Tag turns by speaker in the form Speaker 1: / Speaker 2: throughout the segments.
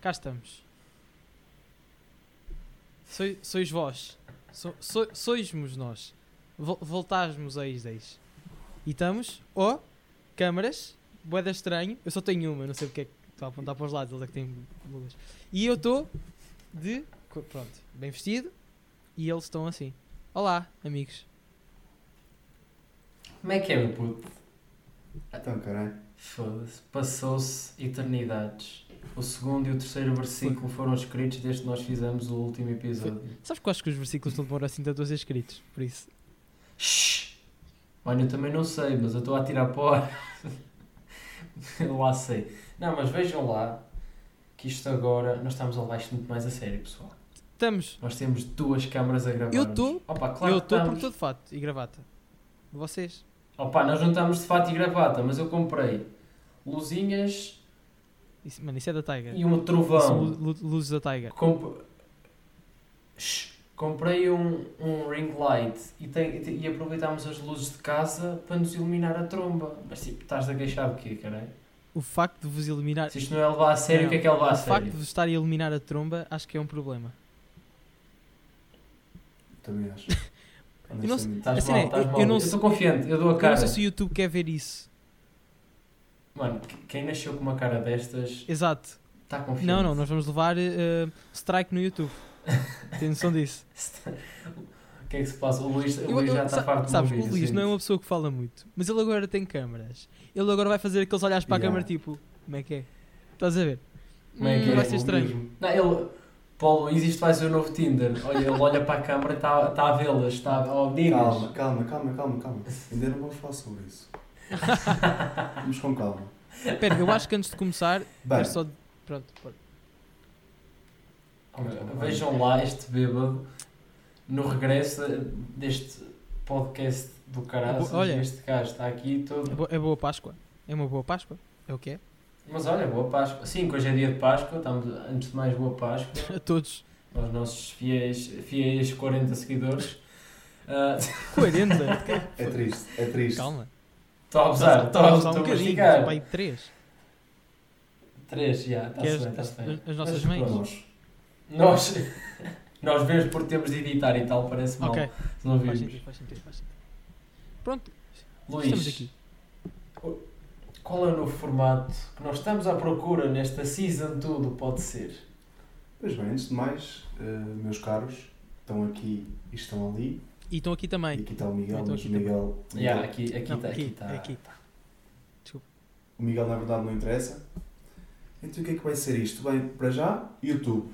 Speaker 1: Cá estamos. Soi- sois vós. So, so, soismos nós. Vol, voltasmos a Isdeis. E estamos. Oh! Câmaras. Boeda estranho. Eu só tenho uma, não sei porque é que estou a apontar para os lados. Ele é que tem bolas. E eu estou de. co- Pronto, bem vestido. E eles estão assim. Olá, amigos.
Speaker 2: Como é que é, meu puto?
Speaker 3: Então, caralho.
Speaker 2: Foda-se. Passou-se eternidades. O segundo e o terceiro versículo foram escritos desde que nós fizemos o último episódio.
Speaker 1: Sabes que eu acho que os versículos não demoram assim tanto a ser escritos. Por isso.
Speaker 2: Shhh! Olha, eu também não sei, mas eu estou a tirar pó. eu lá sei. Não, mas vejam lá que isto agora, nós estamos a levar isto muito mais a sério, pessoal.
Speaker 1: Estamos.
Speaker 2: Nós temos duas câmaras a gravar.
Speaker 1: Eu estou.
Speaker 2: Opa, claro
Speaker 1: eu
Speaker 2: que
Speaker 1: estou por
Speaker 2: estamos.
Speaker 1: todo fato e gravata. Vocês.
Speaker 2: Opa, nós não estamos de fato e gravata, mas eu comprei luzinhas
Speaker 1: Isso, mano, isso é da Tiger.
Speaker 2: e um
Speaker 1: São
Speaker 2: trovão.
Speaker 1: lu- lu- luzes da Tiger.
Speaker 2: Comp- Shhh. Comprei um, um ring light e, tem- e te- e aproveitámos as luzes de casa para nos iluminar a tromba. Mas tipo, estás a queixar o quê, caralho?
Speaker 1: O facto de vos iluminar.
Speaker 2: Se isto não é levar a sério,
Speaker 1: Não,
Speaker 2: o que é que é levar a
Speaker 1: O facto de
Speaker 2: sério?
Speaker 1: vos estar a iluminar a tromba, acho que é um problema.
Speaker 3: Também acho.
Speaker 1: Eu não sei-
Speaker 2: Estás
Speaker 1: Assim,
Speaker 2: mal,
Speaker 1: é,
Speaker 2: estás
Speaker 1: eu-
Speaker 2: mal.
Speaker 1: eu não
Speaker 2: Eu estou confiante, eu dou a
Speaker 1: Eu não
Speaker 2: cara.
Speaker 1: sei se o YouTube quer ver isso.
Speaker 2: Mano, que- quem nasceu com uma cara destas tá
Speaker 1: Exato.
Speaker 2: está confiante.
Speaker 1: Não, não, nós vamos levar eh, strike no YouTube. Tem noção disso.
Speaker 2: tá- O que é que se passa? O Luís, o
Speaker 1: Eu-
Speaker 2: Luís
Speaker 1: eu-
Speaker 2: já está
Speaker 1: sa-
Speaker 2: farto de
Speaker 1: sabes,
Speaker 2: me ouvir,
Speaker 1: o Luís
Speaker 2: assim.
Speaker 1: não é uma pessoa que fala muito, mas ele agora tem câmaras. Ele agora vai fazer aqueles olhares para
Speaker 3: Yeah.
Speaker 1: a câmara tipo, como é que é? Estás a ver?
Speaker 2: Como é que
Speaker 1: Hum,
Speaker 2: é?
Speaker 1: vai ser estranho.
Speaker 2: Luís? Não, ele... Paulo, Luís, isto vai ser o novo Tinder. Olha, ele olha para a câmara e está está a vê-las, está a ouvi-las.
Speaker 3: Calma, calma, calma, calma, calma. Ainda não vamos falar sobre isso. Vamos com calma.
Speaker 1: Espera, eu acho que antes de começar,
Speaker 3: Bem,
Speaker 1: quero só. Pronto, pode.
Speaker 2: Vejam lá este bêbado no regresso deste podcast do Caraças.
Speaker 1: Olha.
Speaker 2: Este gajo está aqui
Speaker 1: É
Speaker 2: todo.
Speaker 1: boa, é boa Páscoa. É uma boa Páscoa. É o que é?
Speaker 2: Mas olha, boa Páscoa. Sim, que hoje é dia de Páscoa. Estamos, antes de mais, boa Páscoa
Speaker 1: A todos.
Speaker 2: aos nossos fiéis, fiéis 40 seguidores. Ah,
Speaker 1: Coerente.
Speaker 3: é triste, é triste.
Speaker 1: Calma.
Speaker 2: Estou a abusar, estou a
Speaker 1: Vamos lá
Speaker 2: estou a
Speaker 1: Tá um bocadinho.
Speaker 2: masticar.
Speaker 1: só para aí três.
Speaker 2: Três, já, está
Speaker 1: Que é
Speaker 2: bem,
Speaker 1: as,
Speaker 2: está-se bem.
Speaker 1: as- as nossas
Speaker 2: Mas
Speaker 1: mães.
Speaker 2: pronto.
Speaker 3: Nós.
Speaker 2: Nós, nós vemos por termos de editar e tal, parece mal.
Speaker 1: Ok,
Speaker 2: Se não
Speaker 1: faz
Speaker 2: vimos.
Speaker 1: sentido, faz sentido, faz sentido. Pronto, estamos
Speaker 2: Luís,
Speaker 1: aqui.
Speaker 2: qual é o novo formato que nós estamos à procura nesta season tudo pode ser?
Speaker 3: Pois bem, antes de mais, eh, meus caros, estão aqui e estão ali.
Speaker 1: E estão aqui
Speaker 3: E
Speaker 1: também.
Speaker 3: aqui está o Miguel,
Speaker 1: Então
Speaker 3: mas o
Speaker 1: aqui também.
Speaker 3: Miguel,
Speaker 2: Yeah, aqui aqui
Speaker 1: é Não,
Speaker 2: está.
Speaker 1: aqui,
Speaker 2: Aqui, tá.
Speaker 1: é aqui.
Speaker 3: o Miguel na verdade não interessa. Então o que é que vai ser isto? Bem, para já, YouTube.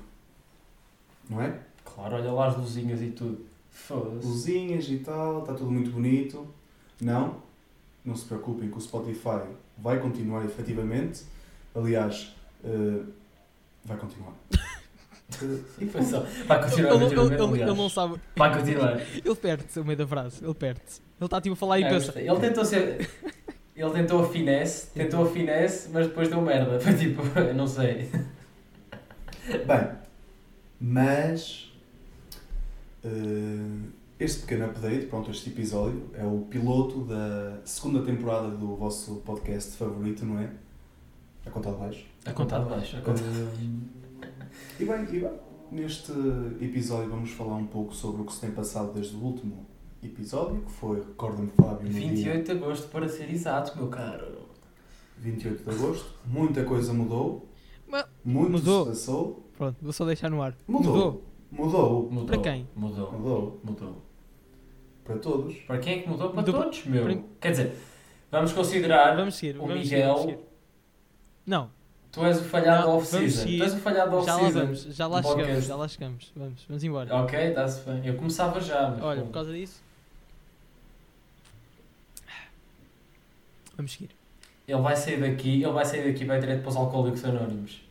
Speaker 3: Não é?
Speaker 2: Claro, olha lá as luzinhas e tudo. Foda-se.
Speaker 3: luzinhas e tal, está tudo muito bonito. Não, não se preocupem que o Spotify vai continuar efetivamente. Aliás, eh, vai continuar. Eh,
Speaker 2: E foi só. Vai continuar,
Speaker 1: ele,
Speaker 2: continuar,
Speaker 1: ele- ele-
Speaker 2: aliás.
Speaker 1: ele não sabe.
Speaker 2: Vai continuar.
Speaker 1: Ele perde-se ao meio da frase. Ele perde-se. Ele está tipo a falar e
Speaker 2: Ah,
Speaker 1: pensa.
Speaker 2: gostei. ele tentou ser. Ele tentou a finesse, tentou a finesse, mas depois deu merda. Foi tipo, eu não sei.
Speaker 3: Bem, mas eh, este pequeno update, pronto, este episódio é o piloto da segunda temporada do vosso podcast favorito, não é? A contar de baixo.
Speaker 2: A contar de baixo. a contar-
Speaker 3: E bem, e bem, neste episódio vamos falar um pouco sobre o que se tem passado desde o último episódio, que foi, recorda-me Fábio, no dia
Speaker 2: 28 de agosto, para ser exato, meu caro.
Speaker 3: 28 de agosto. Muita coisa mudou,
Speaker 1: Mas-
Speaker 3: muito
Speaker 1: Mudou.
Speaker 3: se passou.
Speaker 1: Pronto, vou só deixar no ar.
Speaker 3: Mudou. Mudou.
Speaker 2: Mudou.
Speaker 1: Para quem?
Speaker 2: Mudou.
Speaker 3: Mudou.
Speaker 2: Mudou.
Speaker 3: Para todos.
Speaker 2: Para quem é que mudou? Para
Speaker 1: Mudou
Speaker 2: todos, meu.
Speaker 1: prim-
Speaker 2: Quer dizer, vamos considerar.
Speaker 1: Vamos seguir.
Speaker 2: o
Speaker 1: vamos
Speaker 2: Miguel-
Speaker 1: seguir, vamos seguir. Não,
Speaker 2: Tu és o falhado
Speaker 1: Não,
Speaker 2: da off-season.
Speaker 1: vamos
Speaker 2: Tu és o falhado da
Speaker 1: já lá
Speaker 2: off-season.
Speaker 1: vamos. Já lá
Speaker 2: do podcast.
Speaker 1: chegamos. Já lá chegamos. Vamos, vamos embora.
Speaker 2: Ok, está-se bem. Eu começava já, mas.
Speaker 1: Olha,
Speaker 2: bom.
Speaker 1: por causa disso. Vamos seguir.
Speaker 2: Ele vai sair daqui, ele vai sair daqui e vai direto para os Alcoólicos Anónimos.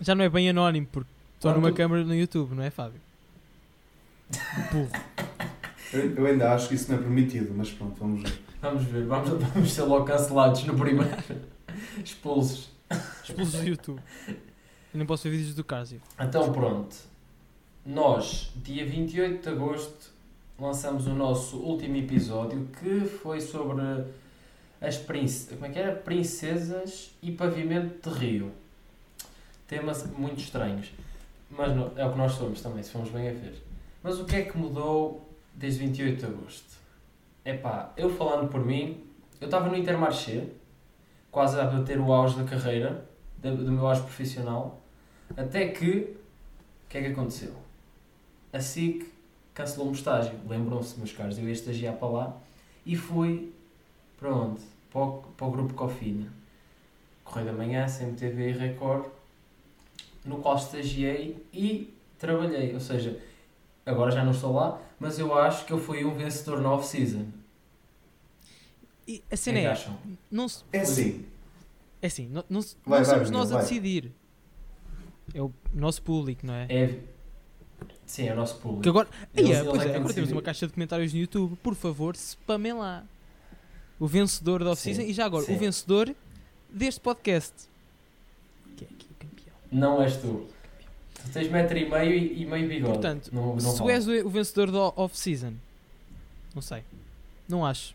Speaker 1: Já não é bem anónimo porque estou
Speaker 2: Claro,
Speaker 1: numa
Speaker 2: tu-
Speaker 1: câmara no YouTube, não é, Fábio? Burro.
Speaker 3: Eu, eu ainda acho que isso não é permitido, mas pronto, vamos ver.
Speaker 2: Vamos ver, vamos, vamos ser logo cancelados no primeiro. Expulsos.
Speaker 1: Expulso do YouTube. Eu não posso ver vídeos do Cássio.
Speaker 2: Então pronto. Nós, dia 28 de agosto, lançamos o nosso último episódio que foi sobre as princesas. Como é que era? Princesas e Pavimento de Rio. temas muito estranhos. Mas no- é o que nós somos também, se formos bem a ver. Mas o que é que mudou desde 28 de agosto? Epá, eu falando por mim, eu estava no Intermarché, quase a bater o auge da carreira, da- do meu auge profissional, até que, o que é que aconteceu? A SIC cancelou-me o estágio, lembram-se, meus caros, eu ia estagiar para lá, e fui para onde? Para o, para o grupo Cofina, Correio da Manhã, CMTV e Record, no qual estagiei e trabalhei, ou seja, agora já não estou lá, mas eu acho que eu fui um vencedor na off-season.
Speaker 1: E a
Speaker 2: O que
Speaker 1: cena
Speaker 2: é que
Speaker 1: é,
Speaker 2: acham?
Speaker 1: não se-
Speaker 3: É assim.
Speaker 1: é assim, não, não se-
Speaker 3: Vai,
Speaker 1: não
Speaker 3: vai,
Speaker 1: somos nós
Speaker 3: Miguel,
Speaker 1: a
Speaker 3: vai.
Speaker 1: decidir. É o nosso público, não é?
Speaker 2: É... Sim, é o nosso público.
Speaker 1: Que agora, Aí,
Speaker 2: Eles-
Speaker 1: é,
Speaker 2: eles
Speaker 1: pois é,
Speaker 2: é que
Speaker 1: agora temos
Speaker 2: decidem.
Speaker 1: uma caixa de comentários no YouTube. Por favor, spamem lá. O vencedor da off-season
Speaker 2: Sim,
Speaker 1: e já agora,
Speaker 2: sim.
Speaker 1: o vencedor deste podcast. Que é aqui o campeão.
Speaker 2: Não és tu. Tu tens metro e meio e, e meio bigode.
Speaker 1: Portanto,
Speaker 2: não, não
Speaker 1: Se tu
Speaker 2: vale.
Speaker 1: és o o vencedor da off-season, não sei. Não acho.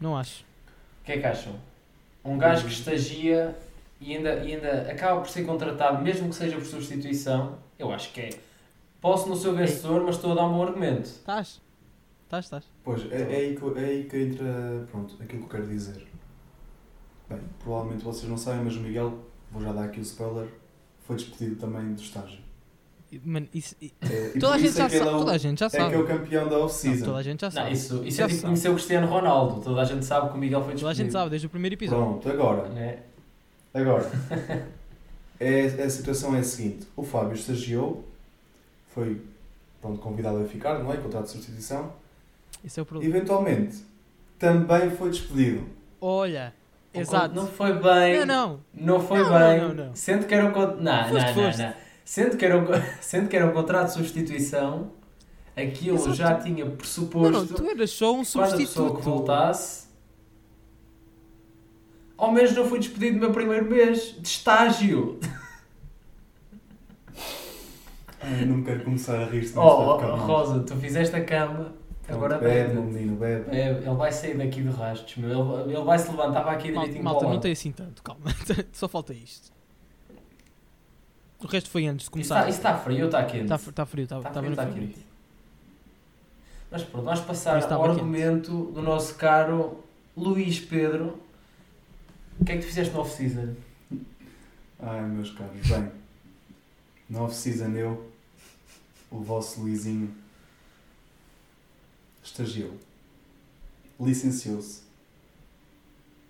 Speaker 1: Não acho.
Speaker 2: O que é que acham? Um gajo que estagia e ainda, e ainda acaba por ser contratado, mesmo que seja por substituição, eu acho que é. Posso não ser o
Speaker 1: É.
Speaker 2: vencedor, mas estou a dar um bom argumento.
Speaker 1: Estás? Estás, estás.
Speaker 3: Pois, é, é, aí que, é aí que entra, pronto, aquilo que eu quero dizer. Bem, provavelmente vocês não sabem, mas o Miguel, vou já dar aqui o spoiler, foi despedido também do estágio.
Speaker 1: Mano, isso- e-
Speaker 3: É, e
Speaker 1: toda, a
Speaker 3: por
Speaker 1: gente
Speaker 3: isso é
Speaker 1: já
Speaker 3: que
Speaker 1: sabe,
Speaker 3: ele é o-
Speaker 1: toda a gente já
Speaker 3: É que
Speaker 1: sabe.
Speaker 3: é o campeão da
Speaker 1: Não,
Speaker 3: off-season.
Speaker 1: Toda a gente já
Speaker 2: Não,
Speaker 1: sabe.
Speaker 2: isso, isso
Speaker 1: Já
Speaker 2: é tipo
Speaker 1: sabe.
Speaker 2: conhecer o Cristiano Ronaldo. Toda a gente sabe que o Miguel
Speaker 1: Toda
Speaker 2: foi
Speaker 1: a gente
Speaker 2: despedido.
Speaker 1: sabe desde o primeiro episódio.
Speaker 3: Pronto, agora.
Speaker 2: É.
Speaker 3: Agora, é, a situação é a seguinte: o Fábio estagiou, foi pronto, convidado a ficar, não é? Contrato de substituição.
Speaker 1: Esse é o problema.
Speaker 3: Eventualmente, também foi despedido.
Speaker 1: Olha,
Speaker 2: O
Speaker 1: exato.
Speaker 2: Conte Não foi
Speaker 1: Não,
Speaker 2: bem.
Speaker 1: não.
Speaker 2: Não foi
Speaker 1: Não,
Speaker 2: bem.
Speaker 1: não, não.
Speaker 2: Sendo que era um contrato. Não,
Speaker 1: Foste,
Speaker 2: não, não,
Speaker 1: foste.
Speaker 2: não. Sendo que, era um... co- Sendo que era um contrato de substituição, aquilo
Speaker 1: Exato.
Speaker 2: já tinha
Speaker 1: Não,
Speaker 2: pressuposto
Speaker 1: não, tu eras só um
Speaker 2: que quando a pessoa que
Speaker 1: substituto.
Speaker 2: voltasse. Ao menos não fui despedido no meu primeiro mês de estágio.
Speaker 3: Ai, não me quero começar a rir-se
Speaker 2: Oh,
Speaker 3: nesta
Speaker 2: oh,
Speaker 3: época, não.
Speaker 2: Rosa, tu fizeste a cama,
Speaker 3: Pronto,
Speaker 2: agora
Speaker 3: bebe,
Speaker 2: bebe.
Speaker 3: meu menino, bebe.
Speaker 2: É, ele vai sair daqui de rastos, meu. Ele, ele vai se levantar para aqui
Speaker 1: Malta,
Speaker 2: direitinho
Speaker 1: malta,
Speaker 2: para o
Speaker 1: não
Speaker 2: lado.
Speaker 1: tem assim tanto, calma. Só falta isto. O resto foi antes de
Speaker 2: Isso está
Speaker 1: começar.
Speaker 2: está frio ou está quente?
Speaker 1: Está frio, está frio, tá-
Speaker 2: Está
Speaker 1: tava
Speaker 2: frio,
Speaker 1: no
Speaker 2: está
Speaker 1: frio.
Speaker 2: quente. Mas pronto, vamos
Speaker 1: Mas
Speaker 2: passar
Speaker 1: estava
Speaker 2: ao
Speaker 1: quente.
Speaker 2: argumento do nosso caro Luís Pedro. O que é que tu fizeste no off-season?
Speaker 3: Ai, meus caros, bem. Na off-season eu, o vosso Luizinho, estagiou, licenciou-se.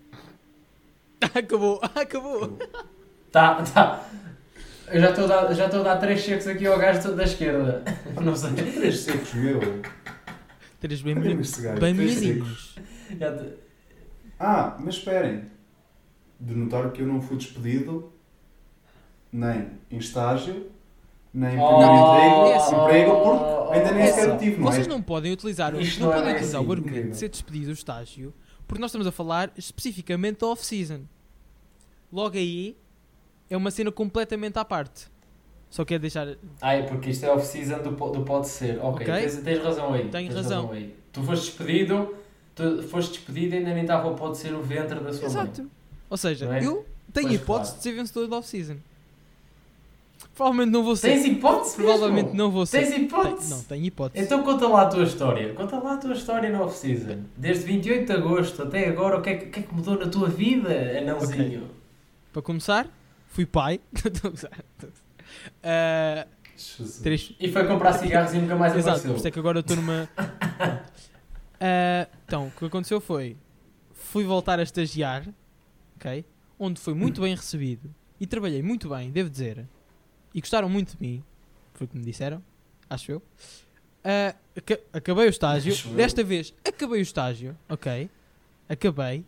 Speaker 1: Acabou, acabou.
Speaker 3: Acabou.
Speaker 2: Tá, tá. Eu já estou a dar, já estou a dar três secos aqui ao gajo da esquerda. Não sei.
Speaker 3: Três secos, meu.
Speaker 1: Três bem,
Speaker 3: Cadê-me
Speaker 1: bem,
Speaker 3: este gajo?
Speaker 1: bem
Speaker 3: Três secos.
Speaker 1: miudinhos.
Speaker 2: Já te-
Speaker 3: Ah, mas esperem. De notar que eu não fui despedido nem em estágio, nem em
Speaker 2: Oh,
Speaker 3: primeiro emprego,
Speaker 1: é assim.
Speaker 3: emprego, porque ainda nem
Speaker 1: É
Speaker 3: sequer
Speaker 1: assim.
Speaker 3: tive, não é?
Speaker 1: Vocês não podem utilizar, o-
Speaker 2: Isto
Speaker 1: não
Speaker 2: não é
Speaker 1: podem
Speaker 2: bem
Speaker 1: utilizar
Speaker 2: assim,
Speaker 1: o argumento
Speaker 3: incrível.
Speaker 1: de ser despedido do estágio, porque nós estamos a falar especificamente da off-season. Logo aí, é uma cena completamente à parte. Só quero deixar.
Speaker 2: Ah, é porque isto é off-season do, po- do pode ser.
Speaker 1: Ok.
Speaker 2: Ok, Tens, tens razão aí.
Speaker 1: Tenho
Speaker 2: tens
Speaker 1: razão.
Speaker 2: aí. Tu foste despedido, tu foste despedido e ainda nem estava o pode ser o ventre da sua mãe.
Speaker 1: Exato. Ou seja,
Speaker 2: Não é?
Speaker 1: eu tenho
Speaker 2: Pois,
Speaker 1: hipótese
Speaker 2: claro.
Speaker 1: de ser vencedor da off-season. Provavelmente não vou ser.
Speaker 2: Tens hipótese?
Speaker 1: Provavelmente
Speaker 2: mesmo?
Speaker 1: não vou ser.
Speaker 2: Tens hipótese?
Speaker 1: Tem- Não, tenho hipótese.
Speaker 2: Então conta lá a tua história. Conta lá a tua história na off-season. Desde 28 de agosto até agora, o que é que, o que é que mudou na tua vida, anãozinho? Então-
Speaker 1: Para começar, fui pai. Estou a gozar. Ah,
Speaker 3: Jesus.
Speaker 1: três,
Speaker 2: E foi comprar cigarros e nunca mais
Speaker 1: Tipo, Exato, por
Speaker 2: apareceu.
Speaker 1: isso é que agora eu estou numa. Ah, então, o que aconteceu foi. Fui voltar a estagiar, ok? Onde fui muito bem recebido e trabalhei muito bem, devo dizer. E gostaram muito de mim, foi o que me disseram, acho eu. Ah, aca- acabei o estágio,
Speaker 2: Acho eu.
Speaker 1: desta vez acabei o estágio, ok? Acabei.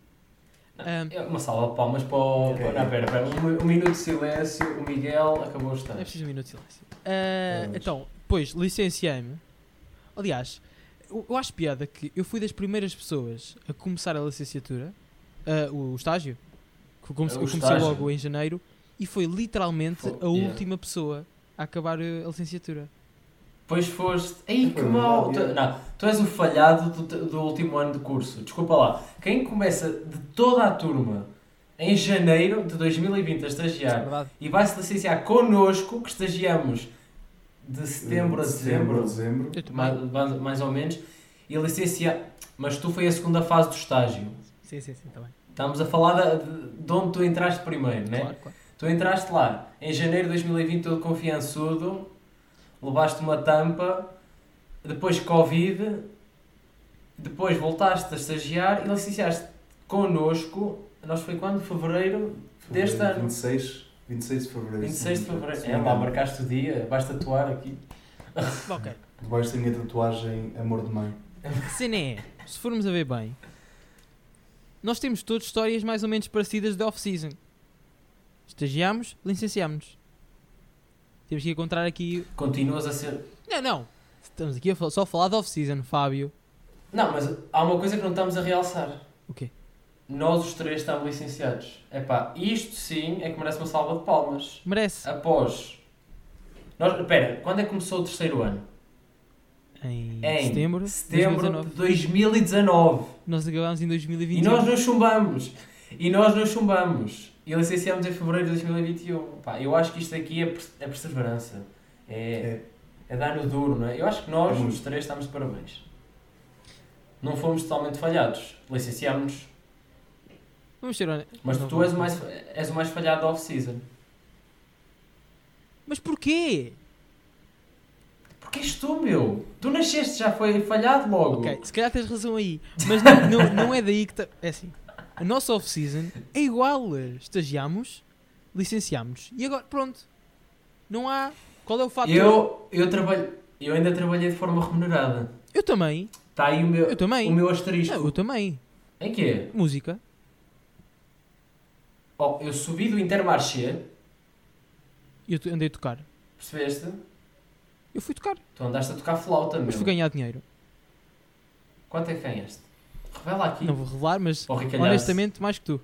Speaker 1: Ah,
Speaker 2: É Uma salva de palmas para o...
Speaker 3: Ok.
Speaker 2: Não, pera, pera. Um, um minuto de silêncio. O Miguel acabou os
Speaker 1: Não é
Speaker 2: tanques.
Speaker 1: preciso um minuto de silêncio. Ah,
Speaker 2: É,
Speaker 3: Pois.
Speaker 1: então, pois, licenciei-me. Aliás, eu, eu acho piada que eu fui das primeiras pessoas a começar a licenciatura, ah, o, o estágio. que eu comecei,
Speaker 2: É, O
Speaker 1: eu comecei
Speaker 2: estágio.
Speaker 1: logo em janeiro e foi literalmente
Speaker 2: Foi-
Speaker 1: a
Speaker 2: yeah.
Speaker 1: última pessoa a acabar eh, a licenciatura.
Speaker 2: Pois foste. Ei, que
Speaker 3: Foi um
Speaker 2: mal!
Speaker 3: bom
Speaker 2: Tu,
Speaker 3: dia.
Speaker 2: não, tu és o falhado do, do último ano de curso. Desculpa lá. Quem começa de toda a turma em janeiro de 2020 a estagiar
Speaker 1: É Verdade.
Speaker 2: e vai se licenciar connosco, que estagiamos de setembro a dezembro,
Speaker 3: Setembro dezembro.
Speaker 1: Eu também.
Speaker 2: mais, mais- mais ou menos, e licenciar. Mas tu foi a segunda fase do estágio.
Speaker 1: Sim, sim, tá sim, também.
Speaker 2: Estamos a falar da- de, de onde tu entraste primeiro, né?
Speaker 1: Claro, claro.
Speaker 2: Tu entraste lá em janeiro de 2020 todo confiançudo, levaste uma tampa, depois Covid, depois voltaste a estagiar e licenciaste connosco. Nós foi quando? Fevereiro?
Speaker 3: Fevereiro,
Speaker 2: Deste ano.
Speaker 3: 26, 26 de fevereiro.
Speaker 2: 26 de
Speaker 3: se não me engano.
Speaker 2: Fevereiro.
Speaker 3: Se
Speaker 2: É,
Speaker 3: não me
Speaker 2: lá
Speaker 3: engano.
Speaker 2: marcaste o dia, vais tatuar aqui.
Speaker 1: Ok.
Speaker 3: Debaixo da minha tatuagem Amor de Mãe.
Speaker 1: A cena é, se formos a ver bem, nós temos todos histórias mais ou menos parecidas de off-season. Estagiámos, licenciámos. Temos que encontrar aqui.
Speaker 2: Continuas a ser.
Speaker 1: Não, não! Estamos aqui a fal- só a falar de off-season, Fábio.
Speaker 2: Não, mas há uma coisa que não estamos a realçar.
Speaker 1: O quê?
Speaker 2: Nós os três estamos licenciados. Epá, isto sim é que merece uma salva de palmas.
Speaker 1: Merece.
Speaker 2: Após. Nós, espera, quando é que começou o terceiro ano?
Speaker 1: Em,
Speaker 2: Em
Speaker 1: setembro, de
Speaker 2: setembro
Speaker 1: 2019.
Speaker 2: de 2019.
Speaker 1: Nós acabámos em
Speaker 2: E
Speaker 1: 2021.
Speaker 2: nós não chumbamos. E nós não chumbamos. E licenciamos em fevereiro de 2021. Pá, eu acho que isto aqui é, pers- é perseverança. É, é. dar no duro, não é? Eu acho que nós,
Speaker 3: É muito.
Speaker 2: os três, estamos de parabéns. Não fomos totalmente falhados. Licenciámos.
Speaker 1: Vamos ser honestos.
Speaker 2: Mas
Speaker 1: Não
Speaker 2: tu
Speaker 1: vou-
Speaker 2: és o, mais, és o mais falhado da off-season.
Speaker 1: Mas porquê?
Speaker 2: Porque és tu, meu. Tu nasceste, já foi falhado logo.
Speaker 1: Ok, se calhar tens razão aí. Mas não, não, não é daí que. ta- É assim. A nossa off-season é igual. Estagiámos, licenciámos e agora, pronto. Não há. Qual é o fator?
Speaker 2: Eu, eu, trabalho, eu ainda trabalhei de forma remunerada.
Speaker 1: Eu também.
Speaker 2: Está aí o meu,
Speaker 1: Eu também.
Speaker 2: o meu asterisco.
Speaker 1: Não, eu também.
Speaker 2: Em quê?
Speaker 1: Música.
Speaker 2: Oh, eu subi do Intermarché,
Speaker 1: Eu t- andei a tocar.
Speaker 2: percebeste?
Speaker 1: Eu fui tocar.
Speaker 2: Tu andaste a tocar flauta, meu.
Speaker 1: Mas fui ganhar dinheiro.
Speaker 2: Quanto é que ganhaste? Revela aqui.
Speaker 1: Não vou revelar, mas
Speaker 2: Ou recalhaste.
Speaker 1: honestamente, mais que tu.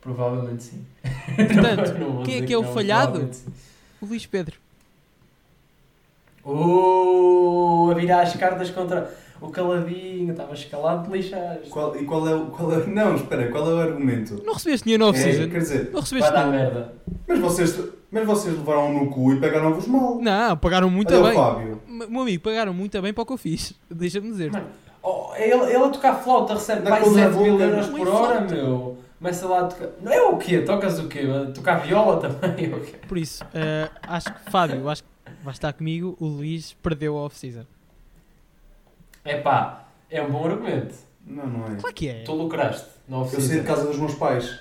Speaker 2: Provavelmente sim.
Speaker 1: Portanto,
Speaker 2: Não vou
Speaker 1: quem é
Speaker 2: dizer
Speaker 1: que é o
Speaker 2: não,
Speaker 1: falhado?
Speaker 2: provavelmente sim.
Speaker 1: o Luís Pedro.
Speaker 2: Oh, a virar as cartas contra o caladinho. Estavas calado, te lixaste.
Speaker 3: Qual, e qual é, o- qual é. Não, espera, qual é o argumento?
Speaker 1: Não recebeste dinheiro na
Speaker 3: É,
Speaker 1: off-season.
Speaker 3: quer dizer,
Speaker 1: Não recebeste
Speaker 2: Vai dar
Speaker 1: dinheiro.
Speaker 2: merda.
Speaker 3: mas vocês, mas vocês levaram no cu e pegaram-vos mal.
Speaker 1: Não, pagaram muito
Speaker 3: Olha o
Speaker 1: bem.
Speaker 3: Fábio.
Speaker 1: M- Meu amigo, pagaram muito bem para o que eu fiz. Deixa-me dizer.
Speaker 2: Mano, Oh, ele, ele a tocar flauta recebe
Speaker 3: Dá
Speaker 2: mais
Speaker 3: com
Speaker 2: 7 mil
Speaker 3: boca.
Speaker 2: euros
Speaker 1: Não é
Speaker 2: por hora,
Speaker 1: flauta.
Speaker 2: meu. Começa lá a tocar. Não é o quê? Tocas o quê? Tocar viola também? É O quê?
Speaker 1: Por isso, eh, acho que Fábio, acho que vai estar comigo. O Luís perdeu a off-season.
Speaker 2: É pá, é um bom argumento.
Speaker 3: Não, não é.
Speaker 1: Claro que é.
Speaker 2: Tu lucraste na
Speaker 3: Eu saí
Speaker 2: oficina.
Speaker 3: de casa dos meus pais.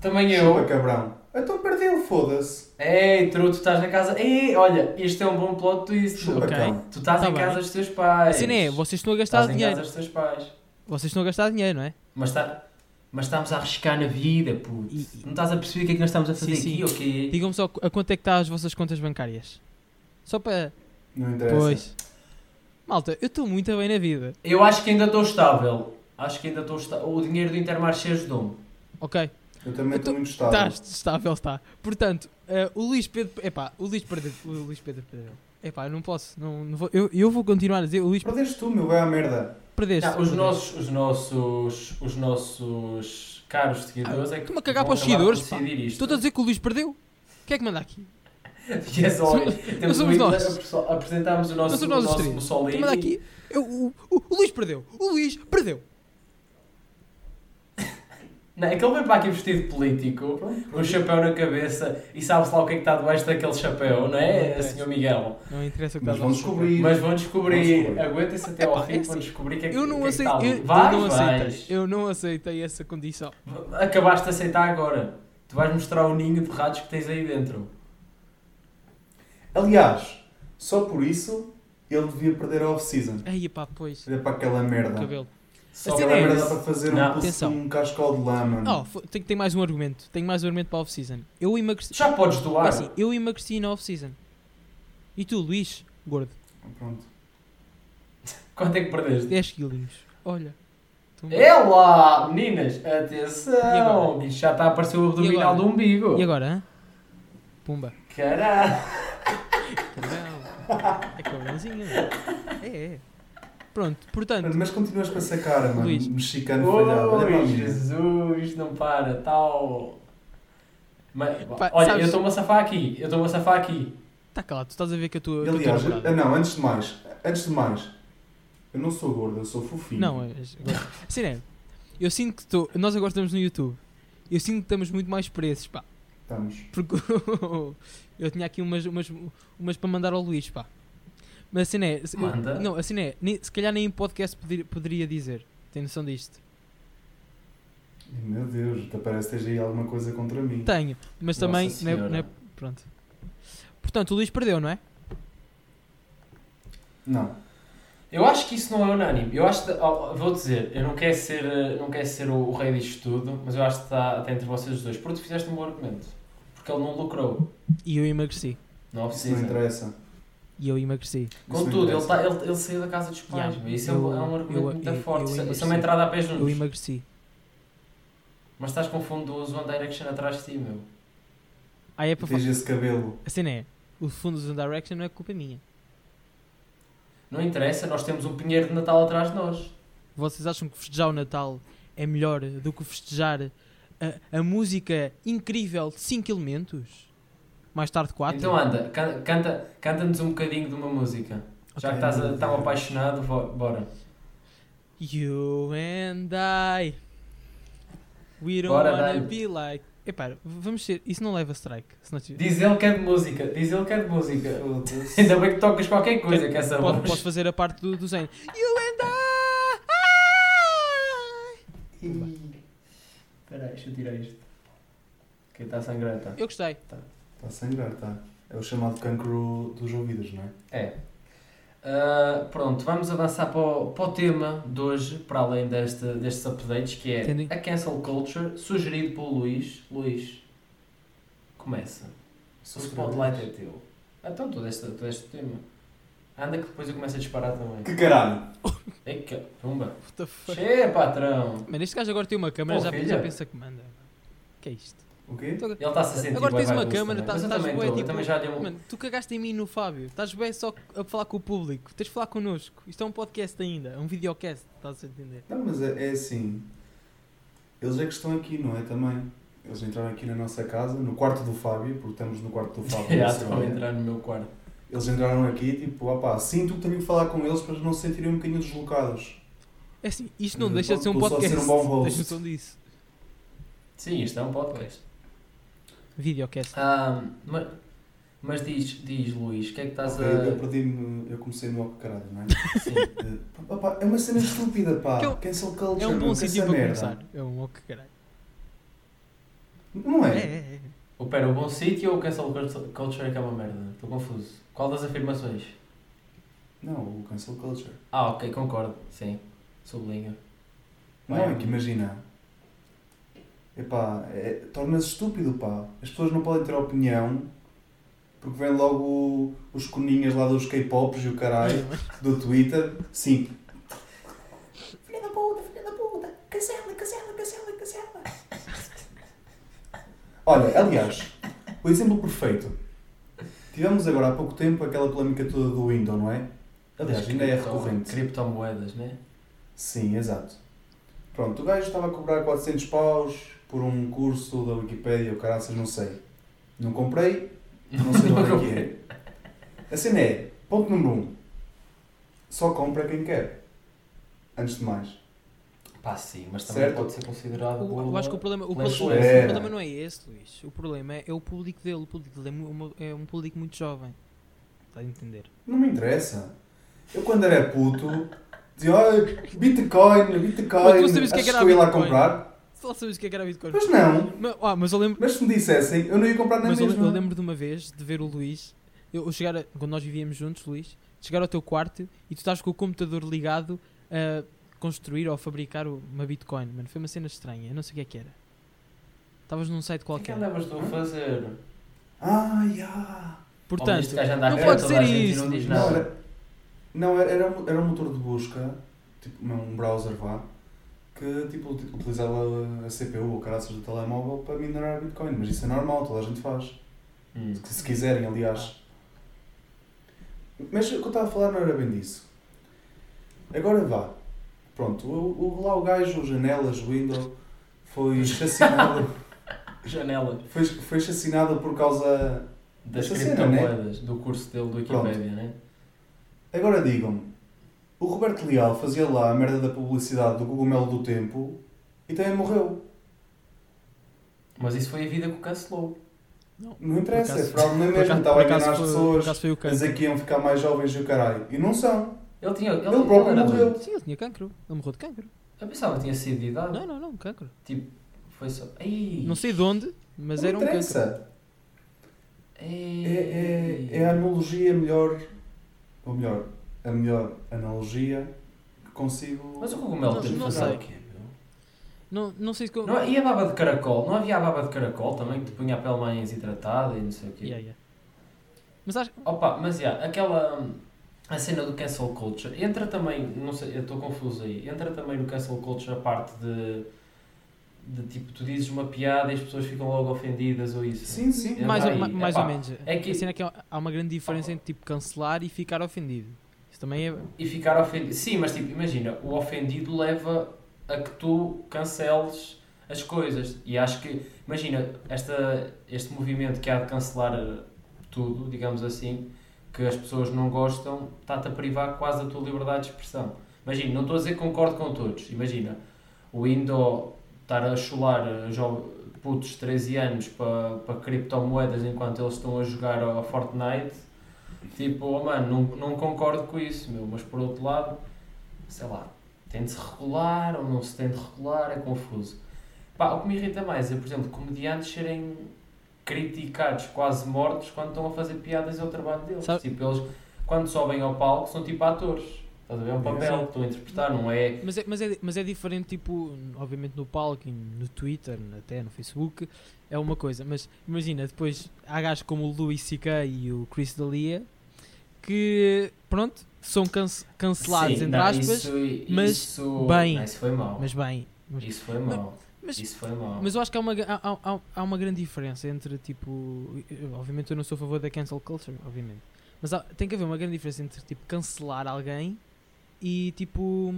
Speaker 2: Também
Speaker 3: Chupa,
Speaker 2: eu.
Speaker 3: cabrão. Então perdeu, foda-se.
Speaker 2: Ei, truto, estás na casa. Ei, olha, este é um bom plot twist.
Speaker 3: Chupa,
Speaker 1: Ok.
Speaker 3: cão.
Speaker 2: Tu estás
Speaker 1: Tá
Speaker 2: em
Speaker 1: bem.
Speaker 2: casa dos teus pais.
Speaker 1: A cena é, vocês estão a gastar
Speaker 2: estás em
Speaker 1: dinheiro.
Speaker 2: casa dos teus pais.
Speaker 1: Vocês estão a gastar dinheiro, não é?
Speaker 2: Mas, tá... Mas estamos a arriscar na vida, puto.
Speaker 1: E- e-
Speaker 2: Não estás a perceber o que é que nós estamos a fazer
Speaker 1: Sim,
Speaker 2: aqui,
Speaker 1: sim.
Speaker 2: ok?
Speaker 1: Digam-me só a quanto é que está as vossas contas bancárias. Só para.
Speaker 3: Não interessa.
Speaker 1: Pois. Malta, eu estou muito bem na vida.
Speaker 2: Eu acho que ainda estou estável. Acho que ainda estou estável. O dinheiro do Intermarché ajudou-me.
Speaker 1: Ok?
Speaker 3: Eu também
Speaker 1: Eu tô-
Speaker 3: estou muito
Speaker 2: Tá.
Speaker 3: estável.
Speaker 1: Está estável, está. Portanto, eh, o Luís Pedro. Epá, o Luís Pedro. O Luís Pedro perdeu. Epá, eu não posso. Não, não vou, eu, eu vou continuar a dizer. O Luís Pedro
Speaker 3: Perdeste tu, meu, vai à merda.
Speaker 1: perdeste.
Speaker 2: Não, os,
Speaker 1: perdeste.
Speaker 2: nossos, os nossos os nossos caros seguidores é que
Speaker 1: Estou-me a Ah, cagar para
Speaker 2: vão
Speaker 1: os
Speaker 2: acabar por
Speaker 1: seguidores, pá.
Speaker 2: decidir isto.
Speaker 1: Estou a dizer que o Luís perdeu. O que é que manda aqui?
Speaker 2: Yes, olha, temos
Speaker 1: somos
Speaker 2: um ídolo,
Speaker 1: nós.
Speaker 2: apre- apresentámos o nosso,
Speaker 1: Não somos nós
Speaker 2: o
Speaker 1: os
Speaker 2: nosso
Speaker 1: três. O que
Speaker 2: Mussolini.
Speaker 1: manda aqui? Eu- o, o, o Luís perdeu. O Luís perdeu.
Speaker 2: Não, é que ele vem para aqui vestido de político, com um chapéu na cabeça e sabe-se lá o que é que está debaixo daquele chapéu, não é,
Speaker 1: Não
Speaker 2: senhor Miguel?
Speaker 1: Não interessa o que estás
Speaker 3: Mas
Speaker 1: a
Speaker 3: vão
Speaker 1: dizer.
Speaker 3: descobrir.
Speaker 2: Mas vão descobrir,
Speaker 3: descobrir.
Speaker 2: aguentem-se até
Speaker 1: Epá,
Speaker 2: ao fim,
Speaker 1: é
Speaker 2: vão
Speaker 1: assim,
Speaker 2: descobrir o que é que,
Speaker 1: Eu
Speaker 2: o
Speaker 1: não
Speaker 2: que, é que
Speaker 1: aceitei,
Speaker 2: está ali.
Speaker 1: eu, eu não
Speaker 2: Vais,
Speaker 1: aceitei,
Speaker 2: vais.
Speaker 1: eu não aceitei essa condição.
Speaker 2: Acabaste de aceitar agora. Tu vais mostrar o ninho de ratos que tens aí dentro.
Speaker 3: Aliás, só por isso ele devia perder a off-season.
Speaker 1: Aí pá, pois,
Speaker 3: Olha para aquela
Speaker 1: o
Speaker 3: merda.
Speaker 1: cabelo.
Speaker 2: Só
Speaker 1: cena
Speaker 3: Aquela
Speaker 1: é
Speaker 2: para-
Speaker 3: merda para fazer
Speaker 2: Não.
Speaker 3: um, pulso,
Speaker 1: Atenção.
Speaker 3: um cascal de lama.
Speaker 1: Oh,
Speaker 3: mano.
Speaker 1: fo- tenho, tenho mais um argumento, tenho mais um argumento para a off-season. Eu emagreci,
Speaker 2: Já podes doar.
Speaker 1: é assim, eu emagreci na off-season. E tu, Luís, gordo,
Speaker 3: Pronto.
Speaker 2: Quanto é que perdeste?
Speaker 1: 10 quilinhos. Olha. Então,
Speaker 2: É lá, meninas,
Speaker 1: E
Speaker 2: atenção!
Speaker 1: agora?
Speaker 2: Bicho, já está a aparecer o abdominal
Speaker 1: agora?
Speaker 2: do umbigo.
Speaker 1: E agora, hã? Pumba.
Speaker 2: Caralho!
Speaker 1: Cabrão. É cabrãozinho. É, é. Pronto, portanto,
Speaker 3: Mas continuas com essa cara, mano.
Speaker 1: Luís.
Speaker 3: Mexicano falhado. Olha para
Speaker 2: Oi,
Speaker 3: mim.
Speaker 2: Jesus, não para, tal. Mas,
Speaker 1: Pá,
Speaker 2: olha,
Speaker 1: sabes-
Speaker 2: eu estou-me a safar aqui, eu estou-me a safar aqui.
Speaker 1: está tá calado, tu estás a ver que a tua, que a tua
Speaker 3: Aliás,
Speaker 1: namorada-
Speaker 3: ah, não, antes de mais, antes de mais, eu não sou gorda, eu sou fofinho.
Speaker 1: Não, é- agora- assim é. Eu sinto que estou. Nós agora estamos no YouTube. Eu sinto que estamos muito mais presos, pá.
Speaker 3: Estamos.
Speaker 1: Porque eu tinha aqui umas, umas, umas para mandar ao Luís, pá. Mas assim é. se- eu-
Speaker 2: Manda.
Speaker 1: Não, assim é. nem- Se calhar nem em podcast poder- poderia dizer. Tem noção disto?
Speaker 3: Meu Deus, até parece que esteja aí alguma coisa contra mim.
Speaker 1: Tenho, mas também.
Speaker 2: Nossa
Speaker 1: Não é,
Speaker 2: Senhora.
Speaker 1: não é- pronto. Portanto, o Luís perdeu, não é?
Speaker 3: Não.
Speaker 2: Eu acho que isso não é unânime. Eu acho que, ó, vou dizer, eu não quero ser, eh, não quero ser o, o rei disto tudo, mas eu acho que está, está entre vocês os dois. Porque tu fizeste um bom argumento. Porque ele não lucrou.
Speaker 1: E eu emagreci.
Speaker 2: Não
Speaker 3: Isso não
Speaker 2: precisa.
Speaker 3: interessa.
Speaker 1: E eu emagreci.
Speaker 3: Isso não
Speaker 2: Contudo, ele,
Speaker 3: interessa.
Speaker 2: tá, ele, ele saiu da casa dos pais.
Speaker 1: Yeah.
Speaker 2: meu. Isso é um, é um
Speaker 1: Eu-
Speaker 2: argumento
Speaker 1: eu-
Speaker 2: muito
Speaker 1: eu-
Speaker 2: forte.
Speaker 1: eu
Speaker 2: Isso é-
Speaker 1: ainda
Speaker 2: isso é uma
Speaker 1: sei.
Speaker 2: entrada a pés
Speaker 1: Eu
Speaker 2: juntos.
Speaker 1: emagreci.
Speaker 2: Mas estás com o fundo do One Direction atrás de ti, meu.
Speaker 1: Ah, é para falar.
Speaker 3: Tens esse cabelo.
Speaker 1: Assim é. O fundo do Direction não é culpa minha.
Speaker 2: Não interessa, nós temos um pinheiro de Natal atrás de nós.
Speaker 1: Vocês acham que festejar o Natal é melhor do que festejar a, a música incrível de 5 elementos? Mais tarde 4?
Speaker 2: Então anda, can- canta- canta-nos um bocadinho de uma música. Já que estás a- tão apaixonado, vo- bora.
Speaker 1: You and I We don't
Speaker 2: Bora,
Speaker 1: wanna
Speaker 2: dai.
Speaker 1: be like Epá, v- vamos ser, isso não leva strike se não tiver-
Speaker 2: Diz ele que é de música, diz ele que é de música.
Speaker 3: Foda-se.
Speaker 2: Ainda bem que tocas qualquer coisa que é essa
Speaker 1: Pode-
Speaker 2: voz.
Speaker 1: Posso fazer a parte do, do Zane You and I
Speaker 2: Espera aí, deixa eu tirar isto. Quem está a sangrar está.
Speaker 1: Eu gostei
Speaker 3: Está a sangrar, está. É o chamado cancro dos ouvidos, não é?
Speaker 2: É. Ah, pronto, vamos avançar para o, para o tema de hoje, para além deste, destes updates, que é
Speaker 1: Entendi.
Speaker 2: a cancel culture, sugerido pelo Luís. Luís, começa. O spotlight é teu. Ah, Então, todo este, todo este tema. Anda que depois eu começo a disparar também.
Speaker 3: Que caralho!
Speaker 2: Ei, que... Pumba.
Speaker 1: What the fuck
Speaker 2: Che, patrão.
Speaker 1: Mano, este gajo agora tem uma câmera
Speaker 2: Pô,
Speaker 1: já,
Speaker 2: filha.
Speaker 1: já pensa que manda Que é isto?
Speaker 3: O quê?
Speaker 1: Tô-
Speaker 2: Ele está a se sentir
Speaker 1: Agora
Speaker 2: bué
Speaker 1: tens uma
Speaker 2: vaidoso
Speaker 1: câmera,
Speaker 2: também.
Speaker 1: estás-
Speaker 2: Mas eu
Speaker 1: estás
Speaker 2: também
Speaker 1: bué,
Speaker 2: estou, eu
Speaker 1: tipo,
Speaker 2: também já dei um-
Speaker 1: Mano, tu cagaste em mim e no Fábio. Estás bem só a falar com o público. Tens de falar connosco. Isto é um podcast ainda. É um videocast. Estás a entender?
Speaker 3: Não, mas é, é assim. Eles é que estão aqui, não é? Também. Eles entraram aqui na nossa casa, no quarto do Fábio, porque estamos no quarto do Fábio.
Speaker 2: Já
Speaker 3: não sei
Speaker 2: estou a
Speaker 3: bem.
Speaker 2: entrar no meu quarto.
Speaker 3: Eles entraram aqui, tipo, opá, sinto que tenho que falar com eles para não se sentirem um bocadinho deslocados.
Speaker 1: É assim, isto
Speaker 2: Hum,
Speaker 1: não
Speaker 3: Mas
Speaker 1: deixa de ser um
Speaker 3: tu só
Speaker 1: podcast.
Speaker 3: ser um bom host.
Speaker 1: Tens noção disso.
Speaker 2: Sim, isto é um podcast.
Speaker 1: Videocast.
Speaker 2: Ah, mas, mas diz, diz Luís, o que é que estás
Speaker 3: Ok, Eu
Speaker 2: a.
Speaker 3: perdi-me, eu comecei no que caralho, não é?
Speaker 2: Sim.
Speaker 3: Eh, opá, é uma cena estúpida, pá.
Speaker 1: Que é um-
Speaker 3: Cancel culture,
Speaker 1: É um
Speaker 3: meu,
Speaker 1: bom
Speaker 3: que
Speaker 1: sítio
Speaker 3: essa
Speaker 1: para
Speaker 3: merda.
Speaker 1: começar. É um ok, caralho.
Speaker 3: Não
Speaker 1: É,
Speaker 3: é?
Speaker 1: é, é.
Speaker 2: Oh, Pera, o bom sítio ou o cancel cult- culture é que é uma merda? Estou confuso. Qual das afirmações?
Speaker 3: Não, o cancel culture.
Speaker 2: Ah, ok, concordo. Sim, sublinho. Vai,
Speaker 3: não, é
Speaker 2: amigo.
Speaker 3: que imagina. Epá, é, torna-se estúpido, pá. As pessoas não podem ter opinião porque vem logo o- os coninhas lá dos K-pops e o caralho do Twitter. Sim. Filha da puta, filha da puta, cancela, cancela, cancela, cancela. Olha, aliás, o exemplo perfeito. Tivemos agora há pouco tempo aquela polémica toda do Windows, não é? Aliás, ainda é
Speaker 2: Cripto-
Speaker 3: recorrente.
Speaker 2: Criptomoedas, né?
Speaker 3: Sim, exato. Pronto, o gajo estava a cobrar 400 paus por um curso da Wikipédia, o caraças, não sei. Não comprei, não sei de onde é que é. A cena é, ponto número 1. Um, só compra quem quer. Antes de mais.
Speaker 2: Pá, sim, mas também
Speaker 3: Certo.
Speaker 2: pode ser considerado.
Speaker 1: O- Eu
Speaker 2: burla.
Speaker 1: acho que o problema, o,
Speaker 2: Tá Mas
Speaker 1: problema-
Speaker 3: era.
Speaker 1: o problema não é esse, Luís. O problema é, é o público dele. O público dele é, mu- uma- é um público muito jovem. Estás a entender?
Speaker 3: Não me interessa. Eu quando era puto, dizia, "Ai, Bitcoin, Bitcoin,
Speaker 1: Mas tu sabias o que é que
Speaker 3: achas
Speaker 1: era
Speaker 3: que eu ia lá
Speaker 1: Bitcoin?
Speaker 3: comprar?
Speaker 1: Só sabes o que é que era Bitcoin.
Speaker 3: Mas não.
Speaker 1: Mas, ah, mas eu lembro.
Speaker 3: Mas se me dissessem, eu não é ia comprar na
Speaker 1: Mas eu,
Speaker 3: mesma.
Speaker 1: eu lembro de uma vez de ver o Luís, eu, eu chegar a- quando nós vivíamos juntos, Luís, chegar ao teu quarto e tu estás com o computador ligado a construir ou a fabricar o- uma Bitcoin, mano. Foi uma cena estranha, eu não sei o que é que era. Estavas num site
Speaker 2: O que é que
Speaker 1: qualquer.
Speaker 2: andavas tu a fazer?
Speaker 3: Ai, ah.
Speaker 2: Homem, este
Speaker 1: Portanto,
Speaker 2: gajo anda a
Speaker 1: não
Speaker 2: cagar
Speaker 1: pode
Speaker 2: toda a
Speaker 1: ser
Speaker 2: gente e
Speaker 1: isso.
Speaker 2: Não diz
Speaker 3: Não,
Speaker 2: nada.
Speaker 3: era, não era, era, um, era um motor de busca, tipo um browser vá, que tipo, ut- utilizava a CPU ou caraças do telemóvel para minerar Bitcoin. Mas isso é normal, toda a gente faz.
Speaker 2: Hum.
Speaker 3: Se, se quiserem, aliás. Mas o que eu estava a falar não era bem disso. Agora vá. Pronto, o, o- lá o gajo, o janelas, o window, foi chacinado,
Speaker 2: Janela
Speaker 3: foi, foi chacinado por causa.
Speaker 2: das
Speaker 3: Essa cena, né?
Speaker 2: criptomoedas, do curso dele do Wikipedia, né?
Speaker 3: Agora digam-me, o Roberto Leal fazia lá a merda da publicidade do cogumelo do tempo e também morreu.
Speaker 2: Mas isso foi a vida que o cancelou.
Speaker 3: Não interessa,
Speaker 1: Por acaso-
Speaker 3: é fraude, não é
Speaker 1: Por
Speaker 3: mesmo?
Speaker 1: acaso-
Speaker 3: Estava
Speaker 1: por
Speaker 3: a enganar
Speaker 1: acaso
Speaker 3: as
Speaker 1: foi-
Speaker 3: pessoas,
Speaker 1: Por acaso foi o
Speaker 3: mas
Speaker 1: cancro.
Speaker 3: aqui iam ficar mais jovens e o caralho. E não são.
Speaker 2: Ele tinha. Ele,
Speaker 3: Ele próprio
Speaker 2: era
Speaker 3: morreu.
Speaker 2: adulto.
Speaker 1: Sim, ele tinha cancro. Ele morreu de cancro.
Speaker 2: Eu pensava que tinha sido de idade.
Speaker 1: Não, não, não, cancro.
Speaker 2: Foi só. Ei!
Speaker 1: Não sei de onde, mas
Speaker 3: não
Speaker 1: era um cancro.
Speaker 3: interessa.
Speaker 2: Ei!
Speaker 3: É, é, é a analogia melhor, ou melhor, a melhor analogia que consigo.
Speaker 2: Mas o cogumelo
Speaker 1: Não-
Speaker 2: tem de
Speaker 1: não
Speaker 2: fazer
Speaker 1: sei.
Speaker 2: o quê, meu?
Speaker 1: Não, não sei
Speaker 3: é
Speaker 1: como.
Speaker 2: Não, e a baba de caracol? Não havia a baba de caracol também que te punha a pele mais hidratada e não sei o quê?
Speaker 1: Yeah, yeah. Mas acho
Speaker 2: Opa, mas já, aquela. hum, A cena do cancel culture. Entra também, não sei, eu estou confuso aí. Entra também no cancel culture a parte de. de tipo, tu dizes uma piada e as pessoas ficam logo ofendidas ou isso.
Speaker 3: Sim, sim.
Speaker 2: É
Speaker 1: mais,
Speaker 2: pá,
Speaker 1: ou, ma-
Speaker 2: e-
Speaker 1: mais
Speaker 2: epá,
Speaker 1: ou menos.
Speaker 2: é que-
Speaker 1: A cena é que há há uma grande diferença entre tipo cancelar e ficar ofendido. Isso também é.
Speaker 2: E ficar ofendido. Sim, mas tipo, imagina, o ofendido leva a que tu canceles as coisas. E acho que, imagina, esta, este movimento que há de cancelar eh, tudo, digamos assim, que as pessoas não gostam, está-te a privar quase da tua liberdade de expressão. Imagina, não estou a dizer que concordo com todos. Imagina, o Indo estar a chular eh, jo- putos de 13 anos para, para criptomoedas enquanto eles estão a jogar a Fortnite. Tipo, oh mano, não, não concordo com isso, meu, mas por outro lado, sei lá, tem de se regular ou não se tem de regular, é confuso. Pá, o que me irrita mais é, por exemplo, comediantes serem criticados, quase mortos, quando estão a fazer piadas ao trabalho deles.
Speaker 1: Sabe-
Speaker 2: Tipo, eles, quando sobem ao palco, são tipo atores. Estás a ver? É um papel
Speaker 3: Sim.
Speaker 2: que estão a interpretar, não é?
Speaker 1: Mas é, mas, é, mas é diferente, tipo, obviamente no palco, e no Twitter, até no Facebook, é uma coisa. Mas imagina, depois há gajos como o Louis C.K. e o Chris D'Elia que, pronto, são cance- cancelados,
Speaker 2: Sim,
Speaker 1: entre
Speaker 2: não,
Speaker 1: aspas,
Speaker 2: isso,
Speaker 1: mas
Speaker 2: isso,
Speaker 1: bem.
Speaker 2: não, isso foi mau.
Speaker 1: mas bem. Mas,
Speaker 2: Isso foi mau.
Speaker 1: mas-
Speaker 2: Isso foi mau.
Speaker 1: Mas eu acho que há uma, há, há- há- há uma grande diferença entre tipo. eu- Obviamente eu não sou a favor da cancel culture, obviamente. Mas há- tem que haver uma grande diferença entre tipo cancelar alguém e tipo.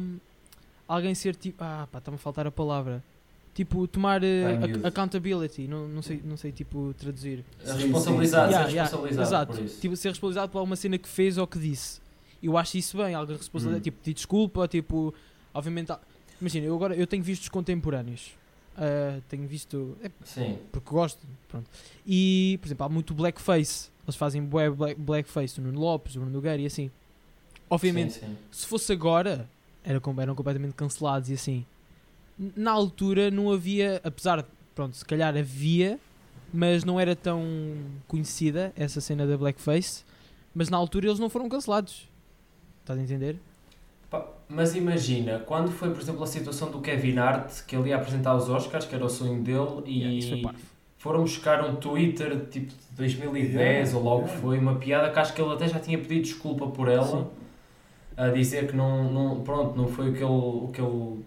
Speaker 1: Alguém ser tipo. Ah pá, está-me a faltar a palavra. Tipo, tomar eh,
Speaker 2: Vai,
Speaker 1: ac-
Speaker 2: miúdo.
Speaker 1: accountability, não, não, sei, não sei tipo traduzir.
Speaker 3: Sim,
Speaker 2: responsabilizado,
Speaker 3: sim,
Speaker 1: Yeah,
Speaker 2: Ah, ser
Speaker 1: yeah,
Speaker 2: responsabilizado
Speaker 1: exato.
Speaker 2: por isso.
Speaker 1: Tipo, ser responsabilizado por alguma cena que fez ou que disse. Eu acho isso bem, alguém responsável,
Speaker 2: Hum.
Speaker 1: tipo, pedir desculpa, tipo, obviamente. há- Imagina, eu agora eu tenho vistos contemporâneos. Ah, tenho visto. é
Speaker 2: Sim.
Speaker 1: porque gosto, pronto. E, por exemplo, há muito blackface. Eles fazem bué black, blackface, o Nuno Lopes, o Bruno Nogueira e assim. Obviamente,
Speaker 2: Sim, sim.
Speaker 1: se fosse agora, era, com- eram completamente cancelados e assim. N- Na altura não havia, apesar de, pronto, se calhar havia, mas não era tão conhecida essa cena da blackface. Mas na altura eles não foram cancelados. Estás a entender?
Speaker 2: Pá, Mas imagina, quando foi, por exemplo, a situação do Kevin Hart, que ele ia apresentar os Oscars, que era o sonho dele,
Speaker 1: Yeah, isso foi
Speaker 2: e
Speaker 1: parvo.
Speaker 2: foram buscar um Twitter tipo de 2010
Speaker 3: Yeah,
Speaker 2: ou logo
Speaker 3: yeah.
Speaker 2: foi, uma piada que acho que ele até já tinha pedido desculpa por ela,
Speaker 1: Sim.
Speaker 2: a dizer que não, não, pronto, não foi o que ele. O que ele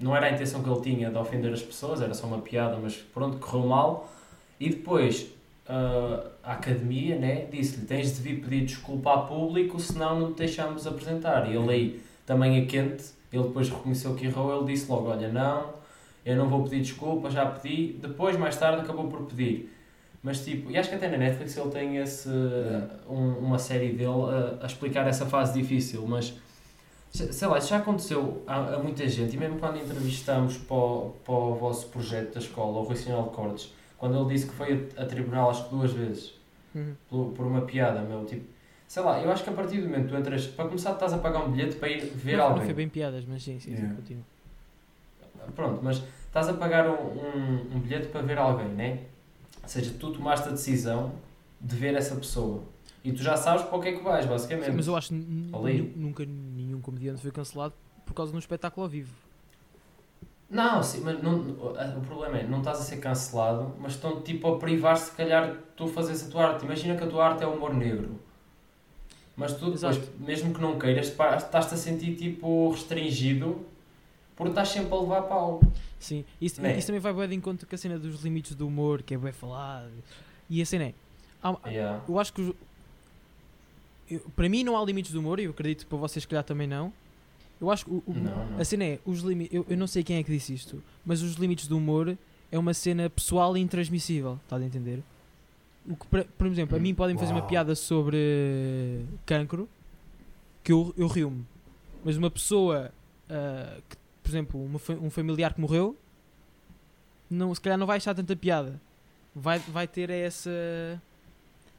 Speaker 2: não era a intenção que ele tinha de ofender as pessoas, era só uma piada, mas pronto, correu mal. E depois ah, a academia né, disse-lhe: tens de vir pedir desculpa ao público, senão não te deixamos apresentar. E ele aí também é quente, ele depois reconheceu que errou, ele disse logo: olha, não, eu não vou pedir desculpa, já pedi. Depois, mais tarde, acabou por pedir. Mas tipo, e acho que até na Netflix ele tem esse, um- uma série dele a, a explicar essa fase difícil, mas se- sei lá, isso já aconteceu a, a muita gente, e mesmo quando entrevistámos para o, para o vosso projeto da escola, o Rui Sinal de Cortes, quando ele disse que foi a, a tribunal acho que duas vezes,
Speaker 1: Uhum.
Speaker 2: pelo- por, uma piada, meu, tipo, sei lá, eu acho que a partir do momento que tu entras, para começar estás a pagar um bilhete para ir ver
Speaker 1: Não, não
Speaker 2: alguém.
Speaker 1: foi bem piadas, mas sim, sim, sim,
Speaker 3: Yeah.
Speaker 1: continua.
Speaker 2: Pronto, mas estás a pagar um, um, um bilhete para ver alguém, né? Ou seja, tu tomaste a decisão de ver essa pessoa. E tu já sabes para o que é que vais, basicamente.
Speaker 1: Sim, mas eu acho que n-
Speaker 2: Ali.
Speaker 1: nu- nunca nenhum comediante foi cancelado por causa de um espetáculo ao vivo.
Speaker 2: Não, sim, mas não, o problema é, não estás a ser cancelado, mas estão tipo a privar se calhar de tu fazes a tua arte. Imagina que a tua arte é o humor negro. Mas tu depois,
Speaker 1: Exato.
Speaker 2: mesmo que não queiras, pá, estás-te a sentir tipo restringido porque estás sempre a levar pau.
Speaker 1: Sim, isso,
Speaker 2: Né?
Speaker 1: isso também vai bem de encontro com a cena dos limites do humor, que é bem falado. E a cena é. há-
Speaker 2: Yeah.
Speaker 1: eu acho que. os- eu- para mim não há limites do humor, e eu acredito que para vocês, se calhar, também não. Eu acho que o- o-
Speaker 2: Não, não.
Speaker 1: a cena é, os limi- eu, eu não sei quem é que disse isto, mas os limites do humor é uma cena pessoal e intransmissível, estás a entender? O que, pra- por exemplo, a
Speaker 2: Hum,
Speaker 1: mim podem fazer uma
Speaker 3: uau.
Speaker 1: piada sobre cancro, que eu, eu rio-me. Mas uma pessoa, ah, que, por exemplo, uma fa- um familiar que morreu, não, se calhar não vai achar tanta piada. Vai, vai ter essa,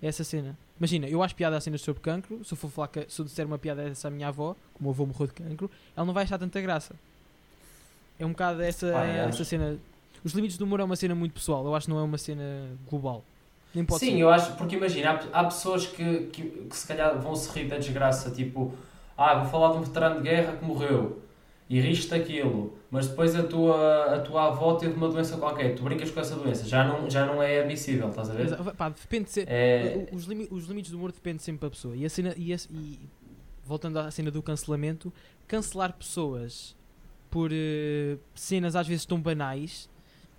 Speaker 1: essa cena. Imagina, eu acho piada a cenas sobre cancro, se eu for falar que, se eu disser uma piada dessa à minha avó, como o avô morreu de cancro, ela não vai achar tanta graça. É um bocado essa,
Speaker 2: Ah, é.
Speaker 1: essa cena. Os limites do humor é uma cena muito pessoal, eu acho que não é uma cena global. Nem pode
Speaker 2: Sim,
Speaker 1: ser.
Speaker 2: eu acho, porque imagina, há, há pessoas que, que, que se calhar vão se rir da desgraça, tipo, ah, vou falar de um veterano de guerra que morreu e riste daquilo, mas depois a tua, a tua avó teve uma doença qualquer, tu brincas com essa doença, já não, já não é admissível, estás a ver?
Speaker 1: Mas, pá, depende de ser,
Speaker 2: É,
Speaker 1: Os, limi- os limites do humor dependem sempre da pessoa. E, a cena, e, esse- e- voltando à cena do cancelamento, cancelar pessoas por eh, cenas às vezes tão banais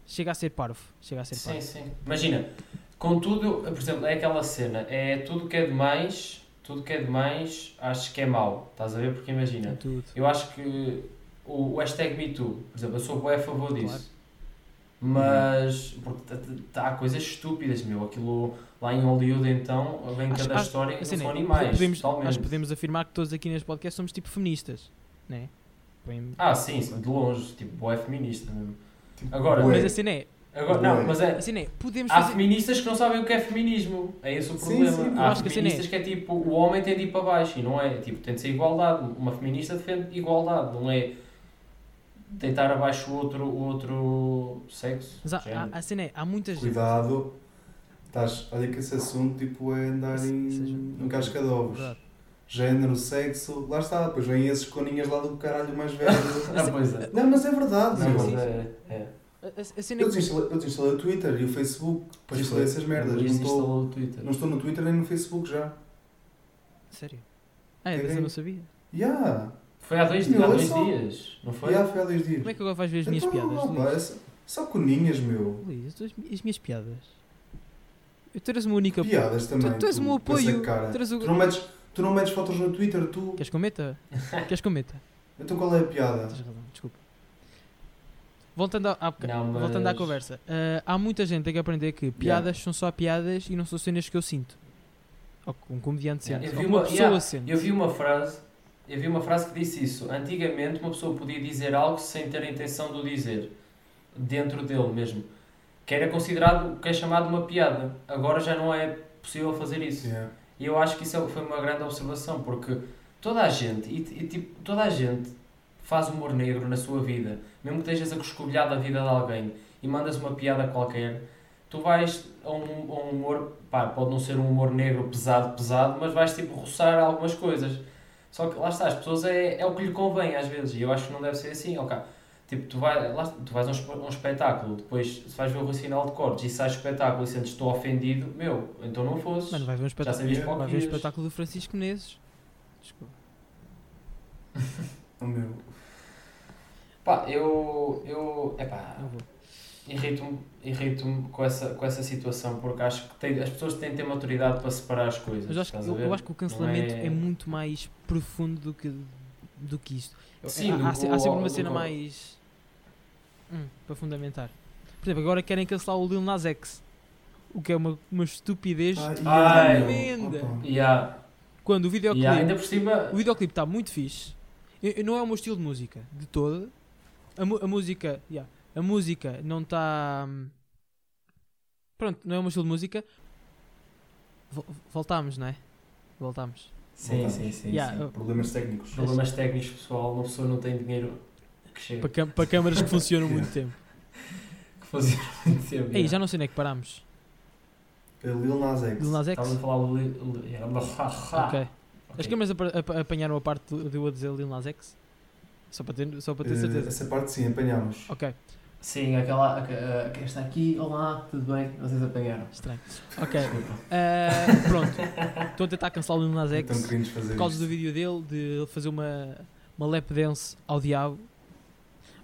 Speaker 1: chega a ser parvo. Chega a ser
Speaker 2: sim,
Speaker 1: parvo.
Speaker 2: sim. Imagina, contudo, por exemplo, é aquela cena, é tudo que é demais, tudo que é demais, acho que é mau, estás a ver? Porque imagina,
Speaker 1: Em tudo.
Speaker 2: Eu acho que o, o hashtag MeToo, por exemplo, eu sou bué a favor disso.
Speaker 1: Claro. Uhum.
Speaker 2: Mas porque t- t- t- há coisas estúpidas, meu. Aquilo lá em Hollywood, então, vem
Speaker 1: Acho-
Speaker 2: cada
Speaker 1: acho-
Speaker 2: história que
Speaker 1: Assim,
Speaker 2: são
Speaker 1: né,
Speaker 2: animais.
Speaker 1: podemos,
Speaker 2: totalmente.
Speaker 1: acho que podemos afirmar que todos aqui neste podcast somos tipo feministas. Né? Bem-
Speaker 2: Ah, sim, sim, de longe. Tipo, boé feminista mesmo. Agora,
Speaker 3: Tipo, bué.
Speaker 1: mas assim é,
Speaker 2: Agora, não,
Speaker 3: Bué.
Speaker 2: mas é.
Speaker 1: assim é, podemos
Speaker 2: Há
Speaker 1: fazer.
Speaker 2: feministas que não sabem o que é feminismo. É esse o
Speaker 3: Sim,
Speaker 2: problema.
Speaker 3: sim, eu
Speaker 2: Há
Speaker 1: acho que assim é.
Speaker 2: feministas que é tipo, o homem tem de ir para baixo. E não é. Tipo, tem de ser igualdade. Uma feminista defende igualdade. Não é deitar abaixo o outro, o outro sexo.
Speaker 1: Mas há, há,
Speaker 2: género.
Speaker 1: a cena é, há muita gente.
Speaker 3: Cuidado. Estás, olha que esse assunto tipo, é andar
Speaker 1: Esse-
Speaker 3: em,
Speaker 1: seja-
Speaker 3: em casca de ovos.
Speaker 1: Verdade.
Speaker 3: Género, sexo, lá está. Depois vêm esses coninhas lá do caralho mais velho.
Speaker 2: Ah, pois é.
Speaker 3: não, mas é verdade.
Speaker 2: Não,
Speaker 3: meu.
Speaker 2: mas é- é.
Speaker 1: A, a- a cena é
Speaker 3: Eu
Speaker 1: que-
Speaker 3: desinstalei, eu desinstalei o Twitter e o Facebook.
Speaker 2: Pois
Speaker 3: desinstalei
Speaker 2: foi.
Speaker 3: essas merdas. Não
Speaker 2: Luís
Speaker 3: estou,
Speaker 2: é instalou o Twitter.
Speaker 3: não estou no Twitter nem no Facebook já.
Speaker 1: Sério? Ah, é,
Speaker 3: Tem-
Speaker 1: dessa eu não sabia.
Speaker 3: Ya!
Speaker 2: Foi há dois,
Speaker 3: Meu,
Speaker 2: há
Speaker 3: eu
Speaker 2: dois
Speaker 3: só-
Speaker 2: dias, não
Speaker 3: Já
Speaker 2: foi?
Speaker 3: foi há dois dias.
Speaker 1: Como é que agora vais ver as minhas
Speaker 3: Então,
Speaker 1: piadas?
Speaker 3: não,
Speaker 1: Luís?
Speaker 3: pá, é só, só coninhas, meu.
Speaker 1: Luís, tu és- as minhas piadas. Eu tu eras uma única.
Speaker 3: Piadas também.
Speaker 1: tu és um o meu
Speaker 3: com essa
Speaker 1: apoio.
Speaker 3: cara.
Speaker 1: tu eras o-
Speaker 3: Tu não, metes, tu não metes fotos no Twitter, tu.
Speaker 1: Queres cometa? Queres cometa?
Speaker 3: Então qual é a piada?
Speaker 1: Tens razão, desculpa. Voltando, ao- à, boca-
Speaker 2: Não, mas-
Speaker 1: voltando à conversa, ah, há muita gente que tem que aprender que piadas são só piadas e não são cenas que eu sinto. Ou que um comediante
Speaker 2: Yeah.
Speaker 1: sente.
Speaker 2: Eu
Speaker 1: Ou
Speaker 2: vi
Speaker 1: que uma
Speaker 2: uma-
Speaker 1: pessoa
Speaker 2: yeah,
Speaker 1: sente.
Speaker 2: Eu vi uma frase, eu vi uma frase que disse isso. Antigamente uma pessoa podia dizer algo sem ter a intenção de o dizer, dentro dele mesmo. Que era considerado o que é chamado uma piada. Agora já não é possível fazer isso.
Speaker 3: Ya.
Speaker 2: E eu acho que isso é- foi uma grande observação, porque toda a gente, e, e, tipo, toda a gente faz humor negro na sua vida, mesmo que estejas a coscovilhar da vida de alguém e mandas uma piada qualquer, tu vais a um, a um humor, pá, pode não ser um humor negro pesado, pesado, mas vais tipo roçar algumas coisas. Só que lá está, as pessoas é, é o que lhe convém às vezes, e eu acho que não deve ser assim, ok. Tipo, tu, vai, lá, tu vais a um, espe- um espetáculo, depois se vais ver o Racional de Cortes e sai do espetáculo e sentes estou ofendido, meu, então não fosses.
Speaker 1: Mano, vai ver um
Speaker 2: Já
Speaker 1: espetáculo,
Speaker 2: sabias
Speaker 3: Yeah.
Speaker 2: qual
Speaker 1: vai
Speaker 2: que
Speaker 1: ver um
Speaker 2: ias.
Speaker 1: espetáculo do Francisco Menezes. Desculpa.
Speaker 3: Oh, meu.
Speaker 2: Pá, eu. Eu. Epá,
Speaker 1: Não vou.
Speaker 2: irrito-me irrito com, essa, com essa situação porque acho que tem- as pessoas têm de ter maturidade para separar as coisas.
Speaker 1: Mas eu acho, que,
Speaker 2: estás a
Speaker 1: eu,
Speaker 2: ver?
Speaker 1: eu acho que o cancelamento
Speaker 2: Não
Speaker 1: é...
Speaker 2: é-
Speaker 1: muito mais profundo do que, do que isto. Eu-
Speaker 2: Sim,
Speaker 1: há,
Speaker 2: do
Speaker 1: há
Speaker 2: que
Speaker 1: se-
Speaker 2: o-
Speaker 1: há sempre uma
Speaker 2: do
Speaker 1: cena
Speaker 2: que o-
Speaker 1: mais. Hum, para fundamentar. Por exemplo, agora querem cancelar o Lil Nas X. O que é uma, uma estupidez.
Speaker 2: Ai,
Speaker 1: Tremenda.
Speaker 3: opa.
Speaker 2: E há-
Speaker 1: Quando o
Speaker 2: e
Speaker 1: videoclipe.
Speaker 2: há- ainda por cima.
Speaker 1: O videoclipe está muito fixe. E- e não é o meu estilo de música, de todo. A, mu- a música. yeah, a música não está. Pronto, não é o meu estilo de música. Vol- voltámos, não é? Voltámos.
Speaker 2: Sim, sim, sim.
Speaker 1: Yeah,
Speaker 2: sim.
Speaker 1: eu-
Speaker 3: Problemas técnicos.
Speaker 2: Problemas técnicos, pessoal, uma pessoa não tem dinheiro que chega.
Speaker 1: Para, cam- para câmaras que funcionam muito tempo.
Speaker 2: Que fazer tempo.
Speaker 1: Ei,
Speaker 2: yeah.
Speaker 1: já não sei onde é que parámos.
Speaker 3: É Lil Nas X.
Speaker 1: Lil Nas X?
Speaker 2: Estávamos a falar. do li- li- yeah, blahaha.
Speaker 1: Ok. é As
Speaker 2: Ok.
Speaker 1: câmaras apa- apa- apanharam a parte do- de eu a dizer Lil Nas X? Só para ter, só para ter
Speaker 3: Eh,
Speaker 1: certeza.
Speaker 3: Essa parte sim, apanhámos.
Speaker 1: Ok,
Speaker 2: Sim, aquela. aque- eh, Quem está aqui, olá, tudo bem? Vocês apanharam.
Speaker 1: estranho. Ok.
Speaker 2: Desculpa.
Speaker 1: ah, pronto. Estou a tentar cancelar o Lil Nas
Speaker 3: Então
Speaker 1: X
Speaker 3: queríamos fazer
Speaker 1: por causa
Speaker 3: isto.
Speaker 1: do vídeo dele, de ele fazer uma, uma lap dance ao diabo.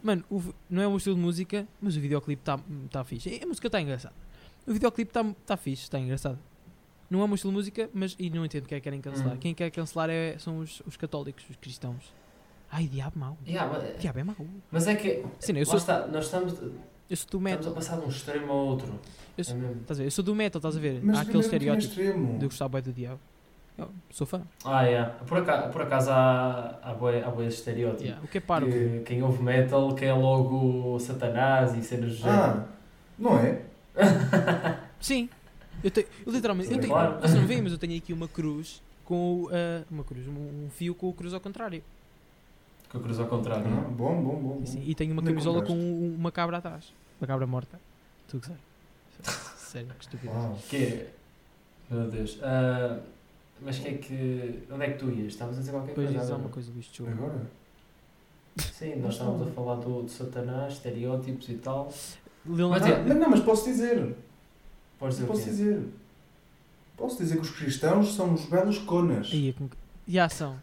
Speaker 1: Mano, o vi- não é o meu estilo de música, mas o videoclipe está tá fixe. E A música está engraçada. O videoclipe está tá fixe, está engraçado. Não é o meu estilo de música, mas. E não entendo quem é que querem cancelar.
Speaker 2: Hum.
Speaker 1: Quem quer cancelar é- são os, os católicos, os cristãos. Ai, diabo mau.
Speaker 2: Yeah, mas,
Speaker 1: Diabo é mau.
Speaker 2: mas é que.
Speaker 1: Sim, eu
Speaker 2: lá
Speaker 1: sou,
Speaker 2: está, nós estamos, estamos
Speaker 1: eu sou do metal.
Speaker 2: a passar de um extremo ao outro.
Speaker 1: Eu sou-
Speaker 2: É mesmo.
Speaker 1: Estás a ver? Eu sou do metal, estás a ver?
Speaker 3: Mas
Speaker 1: Há aquele estereótipo
Speaker 3: extremo.
Speaker 1: de eu gostar bem do diabo. Eu sou fã.
Speaker 2: Ah, yeah. por, acaso, por acaso há, há boi há bué esse estereótipo.
Speaker 1: Yeah, O que é parvo?
Speaker 2: Que quem ouve metal quer logo Satanás e cenas do género.
Speaker 3: Ah, não é?
Speaker 1: Sim. Eu, tenho, eu literalmente. Eu tenho,
Speaker 2: Claro.
Speaker 1: Vocês não veem, mas eu tenho aqui uma cruz com. o, ah, uma cruz. Um, um fio com o cruz ao contrário.
Speaker 2: Que eu cruzo ao
Speaker 1: Tá
Speaker 2: contrário. é?
Speaker 3: Ah, bom, bom, bom. é bom.
Speaker 1: Assim, e tenho uma
Speaker 3: Ainda
Speaker 1: camisola com
Speaker 3: compraste.
Speaker 1: um- uma cabra atrás. Uma cabra morta. Tu que sabes. Sério, que estúpido.
Speaker 3: Uau.
Speaker 2: Que é? Meu Deus. Ah, mas que é que. Onde é que tu ias? Estavas a dizer qualquer
Speaker 1: Depois
Speaker 2: coisa?
Speaker 1: dizes
Speaker 2: agora?
Speaker 1: alguma coisa, Luís, desculpa.
Speaker 3: Agora?
Speaker 2: Sim, nós estávamos a falar do, do Satanás, estereótipos e tal.
Speaker 1: Leonardo-
Speaker 2: Mas
Speaker 3: Ah,
Speaker 2: é-
Speaker 3: mas não, mas posso dizer.
Speaker 2: Podes dizer o
Speaker 3: Posso
Speaker 2: quê?
Speaker 3: dizer. Posso dizer que os cristãos são os belos conas.
Speaker 1: Aí, é com... E a ação?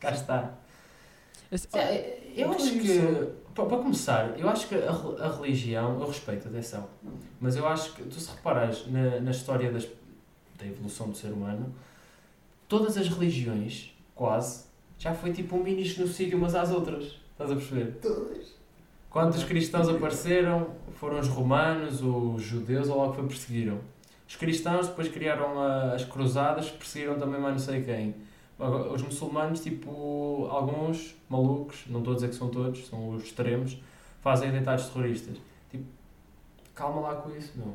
Speaker 2: Cá está.
Speaker 1: Esse- oh,
Speaker 2: É, Eu
Speaker 3: Muito
Speaker 2: acho que.
Speaker 3: isso.
Speaker 2: pa- Para começar, eu acho que a, re- a religião, eu respeito, atenção, mas eu acho que, tu se reparares na, na história das- da evolução do ser humano, todas as religiões, quase, já foi tipo um mini genocídio umas às outras. Estás a perceber?
Speaker 3: Todas.
Speaker 2: Quando os cristãos apareceram, foram os romanos, os judeus, ou lá o que foi, perseguiram. Os cristãos depois criaram ah, as cruzadas, perseguiram também mais não sei quem. Agora, Os muçulmanos, tipo, alguns malucos, não estou a dizer que são todos, são os extremos, fazem atentados terroristas. Tipo, calma lá com isso, não.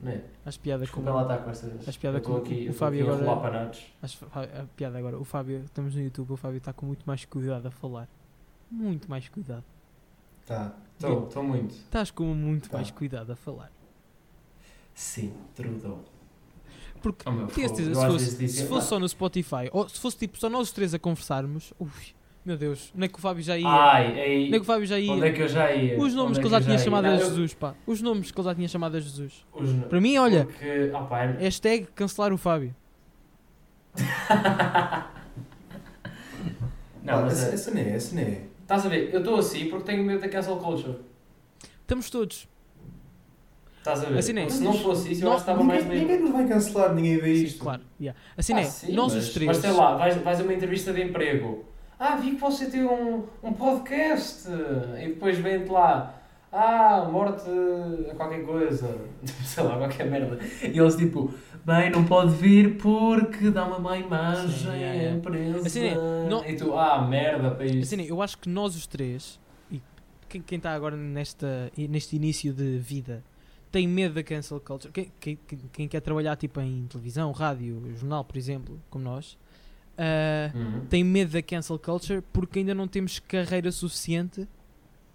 Speaker 2: Não é?
Speaker 1: As piadas com.
Speaker 2: Desculpa lá estar com estas...
Speaker 1: As piadas
Speaker 2: eu estou
Speaker 1: com- com
Speaker 2: aqui,
Speaker 1: o
Speaker 2: eu estou
Speaker 1: Fábio
Speaker 2: aqui a
Speaker 1: agora-
Speaker 2: rolar panados.
Speaker 1: Acho fa- a piada agora. O Fábio, estamos no YouTube, o Fábio está com muito mais cuidado a falar. Muito mais cuidado.
Speaker 3: Tá.
Speaker 2: Estou, estou muito.
Speaker 1: Estás com muito
Speaker 3: Tá.
Speaker 1: mais cuidado a falar.
Speaker 2: Sim, Trudão.
Speaker 1: Porque,
Speaker 2: Oh, meu,
Speaker 1: tenho
Speaker 2: fogo.
Speaker 1: certeza,
Speaker 2: Eu
Speaker 1: se
Speaker 2: às
Speaker 1: fosse,
Speaker 2: vezes dizia,
Speaker 1: se fosse só no Spotify, ou se fosse tipo só nós os três a conversarmos, ui, meu Deus, onde é que o Fábio já ia?
Speaker 2: Ai, ei,
Speaker 1: onde é que o Fábio já ia?
Speaker 2: Onde é que eu já ia?
Speaker 1: Os nomes que
Speaker 2: Onde é
Speaker 1: ele já
Speaker 2: eu
Speaker 1: tinha chamado
Speaker 2: ia?
Speaker 1: a
Speaker 2: Não, eu-
Speaker 1: Jesus, pá. Os nomes que ele já tinha chamado a Jesus.
Speaker 2: Os no-
Speaker 1: Para mim, olha,
Speaker 2: Porque, ah pá, é-
Speaker 1: hashtag cancelar o Fábio.
Speaker 2: Não,
Speaker 3: Pá,
Speaker 2: mas
Speaker 3: essa,
Speaker 2: é-
Speaker 3: essa não é, essa não é.
Speaker 2: Estás a ver? Eu estou assim porque tenho medo da cancel culture.
Speaker 1: Estamos todos.
Speaker 2: Estás a ver?
Speaker 1: Assim não é.
Speaker 2: Porque se não fosse isso, eu
Speaker 1: Não,
Speaker 2: acho que estava mais
Speaker 3: Ninguém,
Speaker 2: bem.
Speaker 3: ninguém nos vai cancelar, ninguém vê
Speaker 1: Sim,
Speaker 3: isto.
Speaker 1: claro. yeah. Assim
Speaker 2: É Ah,
Speaker 1: é,
Speaker 2: sim,
Speaker 1: nós
Speaker 2: mas-
Speaker 1: os três.
Speaker 2: Mas sei lá, vais, vais a uma entrevista de emprego. Ah, vi que você tem um, um podcast. E depois vem-te lá. Ah, morte a qualquer coisa. Sei lá, qualquer merda. E eles tipo, bem, não pode vir porque dá uma má imagem
Speaker 1: Sim,
Speaker 2: à
Speaker 1: yeah, yeah.
Speaker 2: empresa.
Speaker 1: Assim é, não-
Speaker 2: E tu, ah, merda, para isso.
Speaker 1: Assim, eu acho que nós os três, e quem, quem está agora nesta, neste início de vida, tem medo da cancel culture. Quem, quem- quem- quem quer trabalhar tipo em televisão, rádio, jornal, por exemplo, como nós, ah,
Speaker 2: Uhum.
Speaker 1: tem medo da cancel culture porque ainda não temos carreira suficiente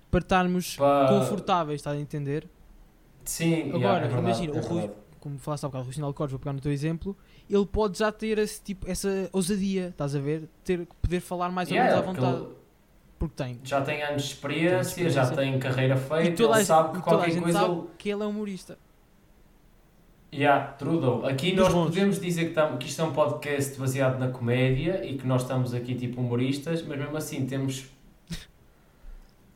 Speaker 1: para estarmos
Speaker 2: Pá.
Speaker 1: confortáveis, estás a entender?
Speaker 2: Sim,
Speaker 1: Agora,
Speaker 2: yeah, é verdade,
Speaker 1: imagina,
Speaker 2: é
Speaker 1: o Rui-
Speaker 2: verdade.
Speaker 1: Como falaste há bocado, o Sinal Cortes, vou pegar no teu exemplo, ele pode já ter esse tipo, essa ousadia, estás a ver? Ter, poder falar mais ou
Speaker 2: Yeah,
Speaker 1: menos à
Speaker 2: porque
Speaker 1: vontade,
Speaker 2: ele
Speaker 1: porque tem.
Speaker 2: Já tem anos de
Speaker 1: Tem
Speaker 2: experiência,
Speaker 1: experiência.
Speaker 2: já tem carreira
Speaker 1: E
Speaker 2: feita,
Speaker 1: toda a
Speaker 2: ele
Speaker 1: gente-
Speaker 2: sabe que
Speaker 1: e toda a
Speaker 2: qualquer
Speaker 1: gente
Speaker 2: coisa.
Speaker 1: sabe
Speaker 2: ele-
Speaker 1: que ele é humorista.
Speaker 2: Yeah, Trudeau. Aqui
Speaker 1: Dos
Speaker 2: nós
Speaker 1: bons.
Speaker 2: podemos dizer que, tam- que isto é um podcast baseado na comédia e que nós estamos aqui tipo humoristas, mas mesmo assim temos.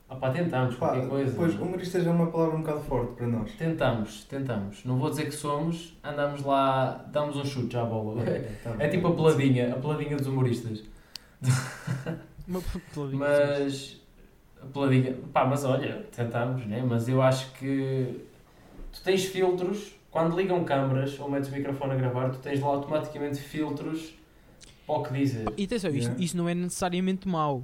Speaker 2: Ah pá, tentamos
Speaker 3: Pá,
Speaker 2: qualquer coisa.
Speaker 3: pois, humorista já é uma palavra um bocado forte para nós.
Speaker 2: Tentamos, tentamos. Não vou dizer que somos, andamos lá, damos um chute à bola.
Speaker 3: tá
Speaker 2: É
Speaker 3: bem.
Speaker 2: tipo a peladinha, a peladinha dos humoristas.
Speaker 1: Uma peladinha, sim.
Speaker 2: Mas. Pela diga, pá, mas olha, tentámos, né? Mas eu acho que. Tu tens filtros, quando ligam câmaras ou metes o microfone a gravar, tu tens lá automaticamente filtros para o que dizer.
Speaker 1: E atenção, isto,
Speaker 3: Yeah.
Speaker 1: isto não é necessariamente mau.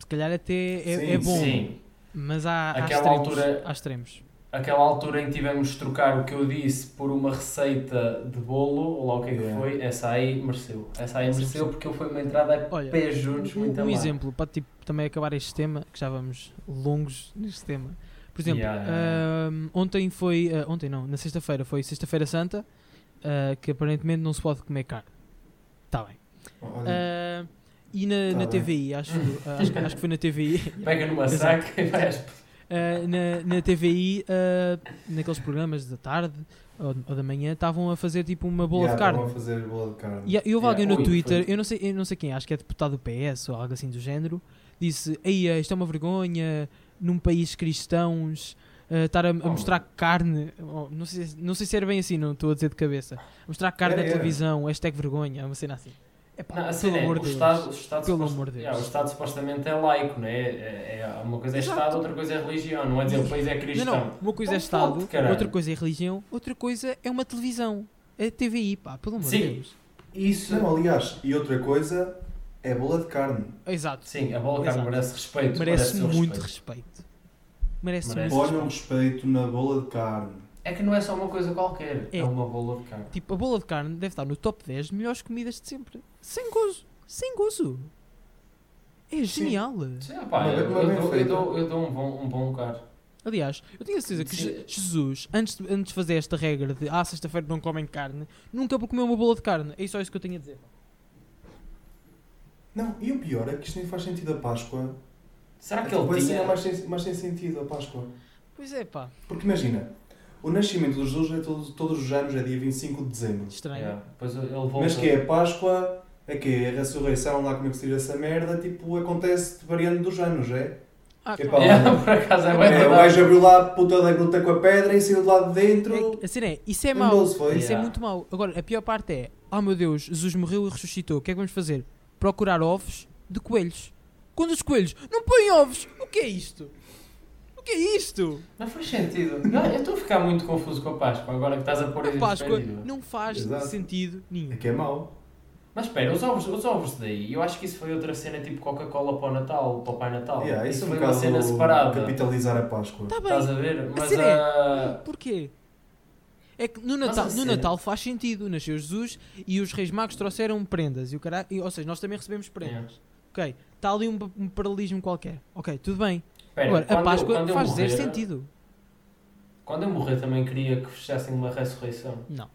Speaker 1: Se calhar até é, é
Speaker 3: Sim,
Speaker 1: bom.
Speaker 2: Sim.
Speaker 1: Mas há, há
Speaker 2: Aquela
Speaker 1: extremos.
Speaker 2: altura-
Speaker 1: Há extremos.
Speaker 2: Aquela altura em que tivemos de trocar o que eu disse por uma receita de bolo, ou lá o que é que
Speaker 3: Yeah.
Speaker 2: foi, essa aí mereceu. Essa aí
Speaker 1: Sim,
Speaker 2: mereceu
Speaker 1: sim.
Speaker 2: porque foi uma entrada a
Speaker 1: Olha,
Speaker 2: pé juntos, muito
Speaker 1: um
Speaker 2: amada.
Speaker 1: exemplo, para tipo, também acabar este tema, que já vamos longos neste tema. Por exemplo,
Speaker 2: Yeah, yeah,
Speaker 1: ahm, ontem foi. ah, ontem não, na sexta-feira foi Sexta-feira Santa, ah, que aparentemente não se pode comer carne. Está bem.
Speaker 3: Olha,
Speaker 1: Ah, e na,
Speaker 3: Tá
Speaker 1: na
Speaker 3: bem.
Speaker 1: TVI, acho, acho, que- acho que foi na TVI.
Speaker 2: Pega numa
Speaker 1: Exato.
Speaker 2: saca e vais.
Speaker 1: Uh, na, na TVI, uh, naqueles programas da tarde ou, ou da manhã, estavam a fazer tipo uma bola
Speaker 3: já,
Speaker 1: de carne.
Speaker 3: estavam a fazer bola de carne.
Speaker 1: E, é- e houve
Speaker 2: Yeah,
Speaker 1: alguém no
Speaker 2: ui,
Speaker 1: Twitter,
Speaker 2: foi.
Speaker 1: eu não, sei, eu não sei quem, acho que é deputado do PS ou algo assim do género, disse: Ei, eh, isto é uma vergonha num país cristãos. eh, estar a, a
Speaker 2: Oh.
Speaker 1: mostrar carne, oh, não, sei, não sei se era bem assim, não estou a dizer de cabeça. Mostrar carne
Speaker 3: Era,
Speaker 1: na
Speaker 3: era.
Speaker 1: televisão, hashtag vergonha, é uma cena assim. Epá,
Speaker 2: é. Não, a cena
Speaker 1: pelo
Speaker 2: é,
Speaker 1: amor
Speaker 2: o
Speaker 1: de Deus.
Speaker 2: Estado, o Estado,
Speaker 1: Pelo
Speaker 2: suposta-
Speaker 1: amor de
Speaker 2: Yeah,
Speaker 1: Deus.
Speaker 2: o Estado supostamente é laico, não é? É, é- Uma coisa é
Speaker 1: Exato.
Speaker 2: Estado, outra coisa é religião, não é dizer o país é
Speaker 1: Não,
Speaker 2: cristão.
Speaker 1: não, uma coisa é
Speaker 2: Então,
Speaker 1: Estado,
Speaker 2: foda-te, caralho.
Speaker 1: outra coisa é religião, outra coisa é uma televisão. É TVI, pá, pelo amor de
Speaker 2: Sim.
Speaker 1: Deus.
Speaker 2: Isso.
Speaker 3: Não, aliás, e outra coisa é bola de carne.
Speaker 1: Exato.
Speaker 2: Sim, a bola carne
Speaker 1: Exato.
Speaker 2: merece respeito.
Speaker 1: Merece
Speaker 2: o
Speaker 1: muito
Speaker 2: respeito.
Speaker 1: respeito. Merece
Speaker 2: Merece.
Speaker 1: muito.
Speaker 3: Ponham um respeito na bola de carne.
Speaker 2: É que não é só uma coisa qualquer, é,
Speaker 1: É.
Speaker 2: uma bola de carne.
Speaker 1: Tipo, a bola de carne deve estar no top 10 de melhores comidas de sempre. Sem gozo. Sem gozo. É genial.
Speaker 2: Sim, pá,
Speaker 3: Mas
Speaker 2: eu, eu
Speaker 3: bem- mas bem
Speaker 2: dou, eu,
Speaker 3: feita.
Speaker 2: dou, eu dou um bom, um bom lugar.
Speaker 1: Aliás, eu tenho a certeza que
Speaker 2: Sim.
Speaker 1: Je- Jesus, antes de, antes de fazer esta regra de ah, sexta-feira não comem carne, nunca comeu uma bola de carne. É só isso que eu tenho a dizer.
Speaker 3: Não, e o pior é que isto nem faz sentido a Páscoa.
Speaker 2: Será que
Speaker 3: É tipo,
Speaker 2: ele
Speaker 3: a
Speaker 2: tinha.
Speaker 3: cena mais sem, mais sem sentido a Páscoa.
Speaker 1: Pois é, pá.
Speaker 3: Porque imagina, o nascimento de Jesus é todo- todos os anos, é dia 25 de dezembro.
Speaker 1: Estranho.
Speaker 2: Yeah, Depois ele volta.
Speaker 3: Mas que é a Páscoa, é que é a ressurreição, lá como é que se diz essa merda, tipo, acontece variando dos anos, é?
Speaker 1: Ah,
Speaker 3: Epá,
Speaker 1: claro.
Speaker 2: Yeah, por acaso é bem
Speaker 3: É, o
Speaker 2: verdade.
Speaker 3: gajo abriu lá a puta da gruta com a pedra e saiu de lá de dentro.
Speaker 1: É- a cena é, isso é
Speaker 3: Um
Speaker 1: mau.
Speaker 3: doce, foi?
Speaker 1: Isso é
Speaker 2: Yeah.
Speaker 1: muito mau. Agora, a pior parte é, ah meu Deus, Jesus morreu e ressuscitou. O que é que vamos fazer? Procurar ovos de coelhos. Quando os coelhos não põem ovos, o que é isto? O que é isto?
Speaker 2: Não faz sentido. Não, eu estou a ficar muito confuso com a Páscoa agora que estás a pôr
Speaker 1: A
Speaker 2: isso em
Speaker 1: Páscoa
Speaker 2: perspectiva.
Speaker 1: não faz
Speaker 3: Exato.
Speaker 1: sentido
Speaker 3: É
Speaker 1: nenhum.
Speaker 3: que é mau.
Speaker 2: Mas espera, os ovos, os ovos daí, eu acho que isso foi outra cena tipo Coca-Cola para o Natal, para o Pai Natal.
Speaker 3: Yeah, isso
Speaker 2: isso
Speaker 3: é um
Speaker 2: foi uma
Speaker 3: bocado
Speaker 2: cena separada. Tá,
Speaker 3: capitalizar a Páscoa.
Speaker 1: Está
Speaker 2: Então, Estás
Speaker 1: Tá bem,
Speaker 2: a ver? Mas ah,
Speaker 1: cena
Speaker 2: a.
Speaker 1: porquê? É que no
Speaker 2: Mas a
Speaker 1: Natal, no
Speaker 2: cena-
Speaker 1: Natal faz sentido, nasceu Jesus e os reis magos trouxeram prendas. E o cara... e, ou seja, nós também recebemos
Speaker 2: É.
Speaker 1: prendas. Ok, está ali um, um paralelismo qualquer. Ok, tudo bem.
Speaker 2: Espera,
Speaker 1: Agora, a
Speaker 2: quando-
Speaker 1: Páscoa
Speaker 2: quando eu
Speaker 1: faz zero
Speaker 2: morrer-
Speaker 1: sentido.
Speaker 2: Quando eu morrer também queria que fechassem uma ressurreição.
Speaker 1: Não.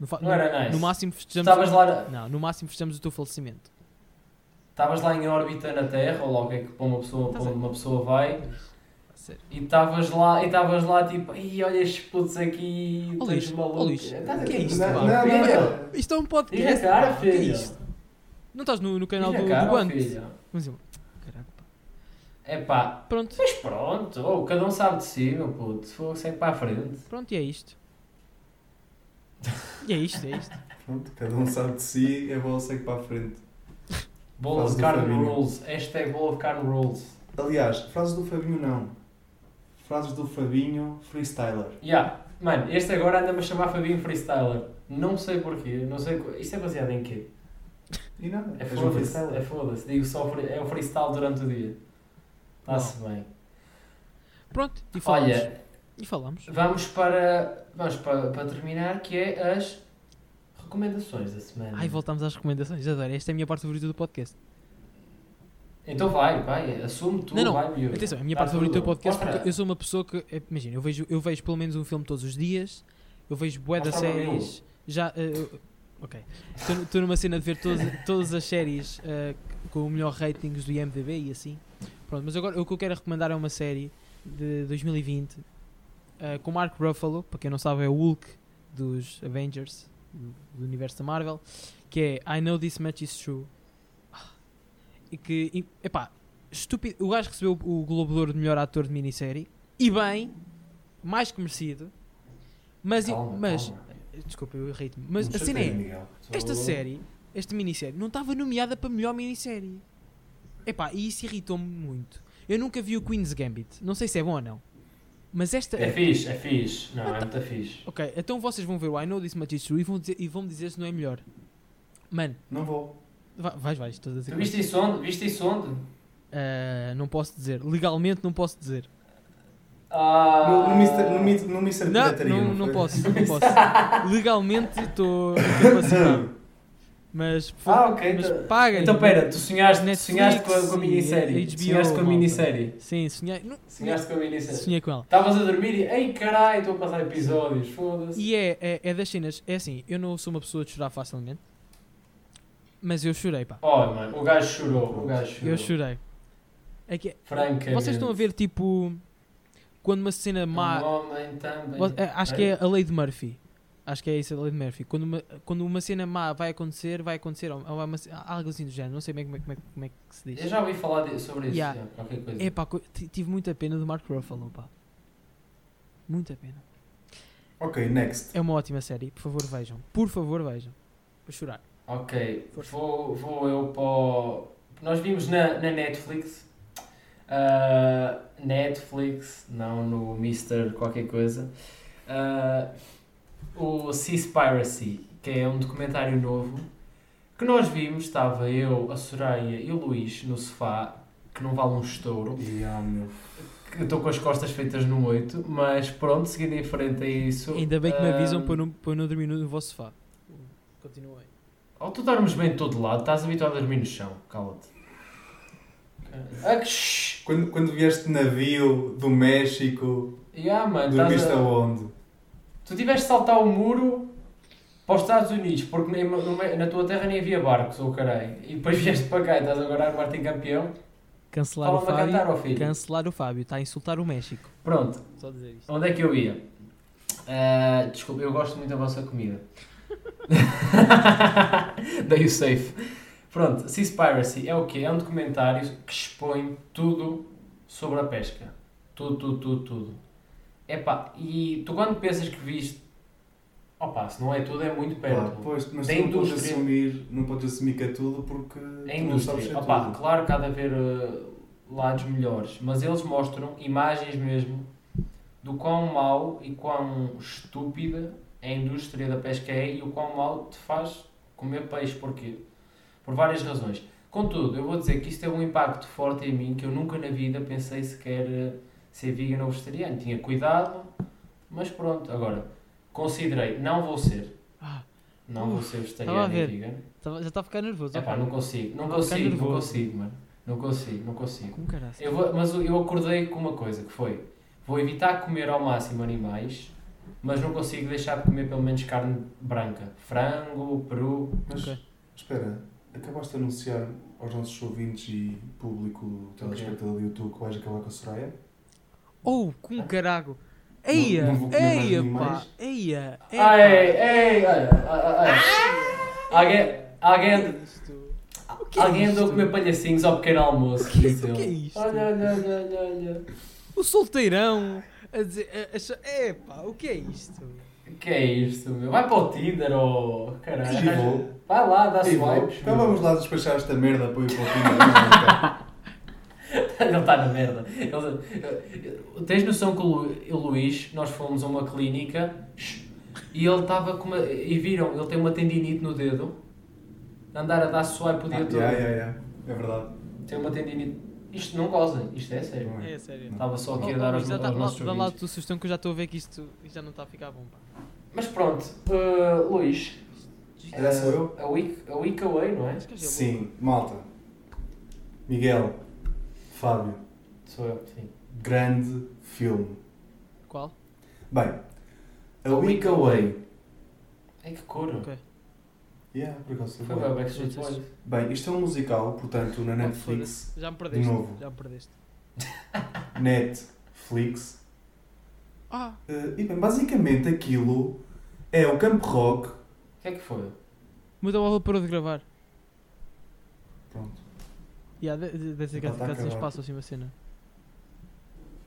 Speaker 1: Não, fa-
Speaker 2: Não era nice.
Speaker 1: No máximo festejamos.
Speaker 2: Estavas lá,
Speaker 1: Não, no máximo festejamos o teu falecimento.
Speaker 2: estavas lá em órbita na Terra, ou logo é que para uma pessoa,
Speaker 1: Tá
Speaker 2: para
Speaker 1: bem.
Speaker 2: uma pessoa vai,
Speaker 1: A sério.
Speaker 2: e estavas lá, e estavas lá tipo, ai olha estes putos aqui,
Speaker 1: Ó,
Speaker 2: tens
Speaker 1: Luís, ó,
Speaker 2: malucos.
Speaker 1: Luís,
Speaker 2: Estás
Speaker 1: o
Speaker 2: aqui,
Speaker 1: oh, que é isto,
Speaker 3: Não,
Speaker 1: pá?
Speaker 3: não, não,
Speaker 2: Filho,
Speaker 3: não.
Speaker 1: Isto é um
Speaker 2: diz a
Speaker 1: podcast.
Speaker 2: cara,
Speaker 1: pá, o que é
Speaker 2: filho.
Speaker 1: isto? Não estás no, no canal
Speaker 2: Diz
Speaker 1: do,
Speaker 2: a
Speaker 1: do
Speaker 2: cara, ó,
Speaker 1: Guante.
Speaker 2: filho.
Speaker 1: Vamos embora. Caraca, pá.
Speaker 2: É pá,
Speaker 1: Pronto,
Speaker 2: mas pronto, ou cada um sabe de si, meu puto, fogo segue para a frente.
Speaker 1: pronto, e é isto. E é isto, é isto.
Speaker 3: Pronto, cada um sabe de si, é bom segue para a frente.
Speaker 2: Bola
Speaker 3: Faz
Speaker 2: de
Speaker 3: de
Speaker 2: carne
Speaker 3: família.
Speaker 2: rules, hashtag bola de carne rules.
Speaker 3: Aliás, frases do Fabinho não. Frases do Fabinho freestyler.
Speaker 2: Yeah. Mano, este agora anda-me a chamar Fabinho Freestyler. Não sei porquê, não sei. co- Isto é baseado em quê?
Speaker 3: E nada.
Speaker 2: É
Speaker 3: és um
Speaker 2: foda-se,
Speaker 3: freestyler.
Speaker 2: é foda-se. Digo só free- é o freestyle durante o dia. Está-se bem.
Speaker 1: Pronto, e falamos.
Speaker 2: Olha,
Speaker 1: E falamos.
Speaker 2: vamos para. Vamos para, para terminar, que é as recomendações da semana.
Speaker 1: Ai, voltamos às recomendações. Adoro, esta é a minha parte favorita do podcast.
Speaker 2: Então vai, vai, assume tu,
Speaker 1: Não, não.
Speaker 2: vai, miúdo.
Speaker 1: Atenção, é a minha
Speaker 2: Dá
Speaker 1: parte favorita do
Speaker 2: Tá tudo.
Speaker 1: podcast
Speaker 2: Mostra-
Speaker 1: porque eu sou uma pessoa que. eh, Imagina, eu vejo, eu vejo pelo menos um filme todos os dias, eu vejo bué das
Speaker 2: Mostra o mamilo.
Speaker 1: séries. Já. eh, eu- ok. Estou numa cena de ver todas, todas as séries eh, com o melhor ratings do IMDb e assim. Pronto, mas agora o que eu quero recomendar é uma série de 2020 eh, com Mark Ruffalo, para quem não sabe, é o Hulk dos Avengers, do, do universo da Marvel, que é I Know This Much Is True. Ah, E que, e, epá, estúpido. O gajo recebeu o Globo de Ouro de melhor ator de minissérie, e bem, mais que merecido. Mas,
Speaker 2: Calma,
Speaker 1: mas
Speaker 2: calma.
Speaker 1: desculpa, eu errei mas
Speaker 3: Não
Speaker 1: a cena
Speaker 3: chateia,
Speaker 1: é,
Speaker 3: Miguel.
Speaker 1: esta
Speaker 2: Sou-
Speaker 1: série, esta minissérie, não estava nomeada para melhor minissérie. Epá, e isso irritou-me muito. Eu nunca vi o Queen's Gambit, não sei se é bom ou não, mas esta...
Speaker 2: É fixe, é fixe. Não, é muito fixe.
Speaker 1: Ok, então vocês vão ver o I Know This Much Is True e vão, dizer, e vão me dizer se não é melhor. Mano,
Speaker 3: Não vou.
Speaker 1: vai, vais, vais, estou a dizer
Speaker 2: Tu
Speaker 1: que-
Speaker 2: viste isso onde? Viste isso onde?
Speaker 1: Ah, não posso dizer, legalmente não posso dizer.
Speaker 2: Ah,
Speaker 3: No, no Mr. No, Mr. no
Speaker 2: é
Speaker 3: Mr.
Speaker 1: Não,
Speaker 3: Pirataria,
Speaker 1: não, não
Speaker 3: foi?
Speaker 1: posso, não posso. Legalmente estou incapacitado. Mas, por
Speaker 2: Ah,
Speaker 1: favor,
Speaker 2: ok.
Speaker 1: mas
Speaker 2: tá-
Speaker 1: paguem.
Speaker 2: Então pera, tu sonhaste,
Speaker 1: Netflix
Speaker 2: sonhaste com, a, com a
Speaker 1: e
Speaker 2: minissérie.
Speaker 1: HBO,
Speaker 2: sonhaste com a
Speaker 1: malta.
Speaker 2: minissérie.
Speaker 1: Sim, sonhei. não-
Speaker 2: Sonhaste com a minissérie.
Speaker 1: Sonhei com ela.
Speaker 2: Estavas a dormir e. Ei caralho, estou a passar episódios, foda-se.
Speaker 1: E é, é, é das cenas, é assim, eu não sou uma pessoa de chorar facilmente, mas eu chorei, pá.
Speaker 2: Oh, mano, o gajo chorou. O gajo chorou.
Speaker 1: Eu chorei. É que,
Speaker 2: Francamente.
Speaker 1: vocês estão a ver, tipo, quando uma cena má.
Speaker 2: Um homem também.
Speaker 1: Vo- é, Acho que é a lei de Murphy. Acho que é isso a lei de Murphy. Quando uma, quando uma cena má vai acontecer, vai acontecer. Ou, ou é uma ce- algo assim do género. Não sei bem como é, como é, como é que se
Speaker 2: Eu
Speaker 1: diz.
Speaker 2: já ouvi falar de- sobre isso.
Speaker 1: Yeah.
Speaker 2: yeah, qualquer coisa.
Speaker 1: É pá, co- ti- tive muita pena do Mark Ruffalo, pá. Muita pena.
Speaker 3: Ok, next.
Speaker 1: É uma ótima série. Por favor, vejam. Por favor, vejam. Vou chorar.
Speaker 2: Ok,
Speaker 1: Força.
Speaker 2: vou, vou eu para o... Nós vimos na, na Netflix. ah, Netflix, não no Mr. qualquer coisa. ah, o Seaspiracy, que é um documentário novo. Que nós vimos, estava eu, a Soraya e o Luís no sofá, que não vale um estouro.
Speaker 3: E, ah, meu.
Speaker 2: Eu estou com as costas feitas no 8, mas pronto, seguindo em frente a isso.
Speaker 1: Ainda bem que me avisam
Speaker 2: ah,
Speaker 1: para eu não, para eu não dormir no vosso sofá. Continuem.
Speaker 2: Ao tu dormes bem de todo lado, estás habituado a dormir no chão, cala-te. Ah, que shhh!
Speaker 3: Quando, quando vieste de navio do México,
Speaker 2: Yeah, mano, estás
Speaker 3: dormiste
Speaker 2: a...
Speaker 3: aonde?
Speaker 2: Tu tiveste de saltar o muro para os Estados Unidos, porque nem- no me- na tua terra nem havia barcos, ou caralho. E depois vieste para cá e estás agora a armar-te em campeão.
Speaker 1: Cancelar o
Speaker 2: Fala-me a
Speaker 1: Fábio.
Speaker 2: cantar, ó filho.
Speaker 1: Cancelar o Fábio. Está a insultar o México.
Speaker 2: Pronto,
Speaker 1: Só dizer isto.
Speaker 2: Onde é que eu ia? Ah, desculpa, eu gosto muito da vossa comida. Dei o safe. Pronto, Seaspiracy é o quê? É um documentário que expõe tudo sobre a pesca. Tudo, tudo, tudo, tudo. Epá, e tu quando pensas que viste... Opa, se não é tudo, é muito
Speaker 3: Ah,
Speaker 2: perto.
Speaker 3: pois, mas
Speaker 2: Da
Speaker 3: tu não podes,
Speaker 2: indústria.
Speaker 3: assumir, não podes assumir que é tudo porque
Speaker 2: É
Speaker 3: tu não sabes que
Speaker 2: indústria.
Speaker 3: é
Speaker 2: Opa,
Speaker 3: tudo.
Speaker 2: claro que há de haver eh, lados melhores, mas eles mostram imagens mesmo do quão mau e quão estúpida é a indústria da pesca é e o quão mal te faz comer peixe. Porquê? Por várias razões. Contudo, eu vou dizer que isto teve um impacto forte em mim que eu nunca na vida pensei sequer eh, ser vegan ou vegetariano. Tinha cuidado, mas pronto. Agora, considerei, não vou ser.
Speaker 1: Ah,
Speaker 2: Não
Speaker 1: Uf,
Speaker 2: vou ser
Speaker 1: estava a
Speaker 2: vegetariano nem
Speaker 1: ver.
Speaker 2: vegan.
Speaker 1: tava- já está a ficar nervoso. ó
Speaker 2: Epá,
Speaker 1: Fábio.
Speaker 2: É não consigo, não
Speaker 1: Não vai ficar
Speaker 2: consigo, não
Speaker 1: nervoso.
Speaker 2: consigo, mano. Não consigo, não consigo.
Speaker 1: Como caralho?
Speaker 2: Eu vou- mas eu acordei com uma coisa que foi: vou evitar comer ao máximo animais, mas não consigo deixar de comer pelo menos carne branca. Frango, peru.
Speaker 3: Mas,
Speaker 1: Ok.
Speaker 3: espera, acabaste de anunciar aos nossos ouvintes e público telespectador do YouTube que vais acabar com a Soraya?
Speaker 1: Oh, como carago. Eia,
Speaker 3: não vou comer mais
Speaker 1: eia, pá.
Speaker 3: animais.
Speaker 1: Eia,
Speaker 2: Ai,
Speaker 1: eia.
Speaker 2: ei, olha, a- a-
Speaker 1: Ah!
Speaker 2: a- é, Alguém, alguém,
Speaker 1: O que é
Speaker 2: alguém andou a
Speaker 1: isto?
Speaker 2: comer palhacinhos ao pequeno almoço.
Speaker 1: que é-
Speaker 2: disse
Speaker 1: o que
Speaker 2: ele.
Speaker 1: é isto?
Speaker 2: Olha, olha, olha, olha, olha.
Speaker 1: O solteirão a dizer. A, a, cha- epá, o que é isto?
Speaker 2: O que é isto, meu? Vai para o Tinder, oh,
Speaker 3: E
Speaker 2: caralho.
Speaker 3: vou.
Speaker 2: Vai lá, dá
Speaker 3: E vou.
Speaker 2: swipes.
Speaker 3: Então
Speaker 2: meu.
Speaker 3: vamos lá despachar esta merda para eu ir para o fim
Speaker 2: Ele está na merda. Ele- tens noção que o, Lu, o Luís, nós fomos a uma clínica e ele estava com uma. E viram, ele tem uma tendinite no dedo. Andar a dar swipe o dia todo.
Speaker 3: da merda. Ya, ya, ya. É verdade.
Speaker 2: Tem uma tendinite. Isto não goza, isto é sério.
Speaker 3: Não é?
Speaker 1: É sério.
Speaker 2: Estava só aqui a
Speaker 1: Oh,
Speaker 2: dar
Speaker 1: oh,
Speaker 2: aos,
Speaker 1: já
Speaker 2: aos
Speaker 1: tá-
Speaker 2: nossos
Speaker 1: dá- Dá lá a
Speaker 2: ouvintes.
Speaker 1: tua sugestão que eu já estou a ver que isto já não está a ficar bom. Pá.
Speaker 2: Mas pronto, eh, Luís.
Speaker 3: Era só eu?
Speaker 2: A week, a week away, não é?
Speaker 1: Acho que é gelo.
Speaker 3: Sim, malta. Miguel, Fábio,
Speaker 2: Sou eu, sim.
Speaker 3: grande filme.
Speaker 1: Qual?
Speaker 3: Bem, A Week Away.
Speaker 2: Ai que couro.
Speaker 1: Ok.
Speaker 3: Yeah, por acaso,
Speaker 2: Foi
Speaker 3: bem.
Speaker 2: o Backstreet Boys.
Speaker 3: Bem, isto é um musical, portanto, na
Speaker 1: Oh,
Speaker 3: Netflix.
Speaker 1: foda-se, Já me perdeste.
Speaker 3: novo.
Speaker 1: Já me perdeste.
Speaker 3: Netflix.
Speaker 1: Ah,
Speaker 3: Eh, e bem, basicamente aquilo é o camp rock.
Speaker 2: O que é que foi?
Speaker 1: o meu telemóvel parou de gravar.
Speaker 3: Pronto.
Speaker 1: Yeah, de- de- deve ser que
Speaker 3: Então tá a
Speaker 1: há sem
Speaker 3: acabar.
Speaker 1: espaço assim uma cena.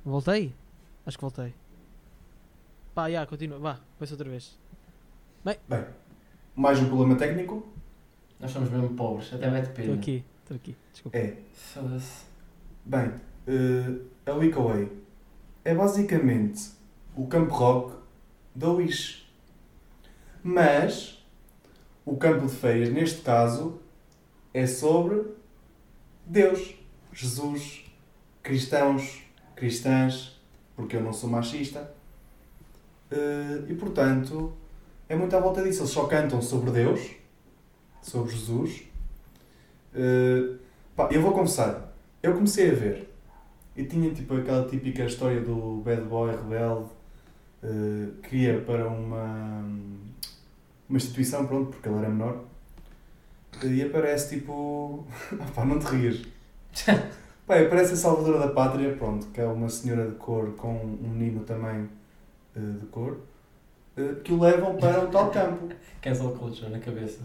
Speaker 1: Voltei? Acho que voltei. Pá, já, continua. Vá, pensa outra vez.
Speaker 3: Mais um problema técnico
Speaker 2: Nós somos mesmo pobres, até mete
Speaker 1: Estou
Speaker 2: pena.
Speaker 1: aqui, estou aqui. Desculpa.
Speaker 3: é.
Speaker 2: Foda-se.
Speaker 3: Bem, eh, a Week Away é basicamente o camp rock da Wish. Mas o campo de feiras, neste caso, é sobre Deus, Jesus, cristãos, cristãs, porque eu não sou machista. Eh, e portanto, é muito à volta disso. Eles só cantam sobre Deus, sobre Jesus. Eh, pá, eu vou confessar, eu comecei a ver e tinha tipo aquela típica história do bad boy rebelde eh, que ia para uma, uma instituição, pronto, porque ele era menor e aparece tipo. Ah, pá, não te rias. Pá, aparece a Salvadora da Pátria, pronto, que é uma senhora de cor com um menino também eh, de cor eh, que o levam para um tal campo.
Speaker 2: Cancel culture na cabeça.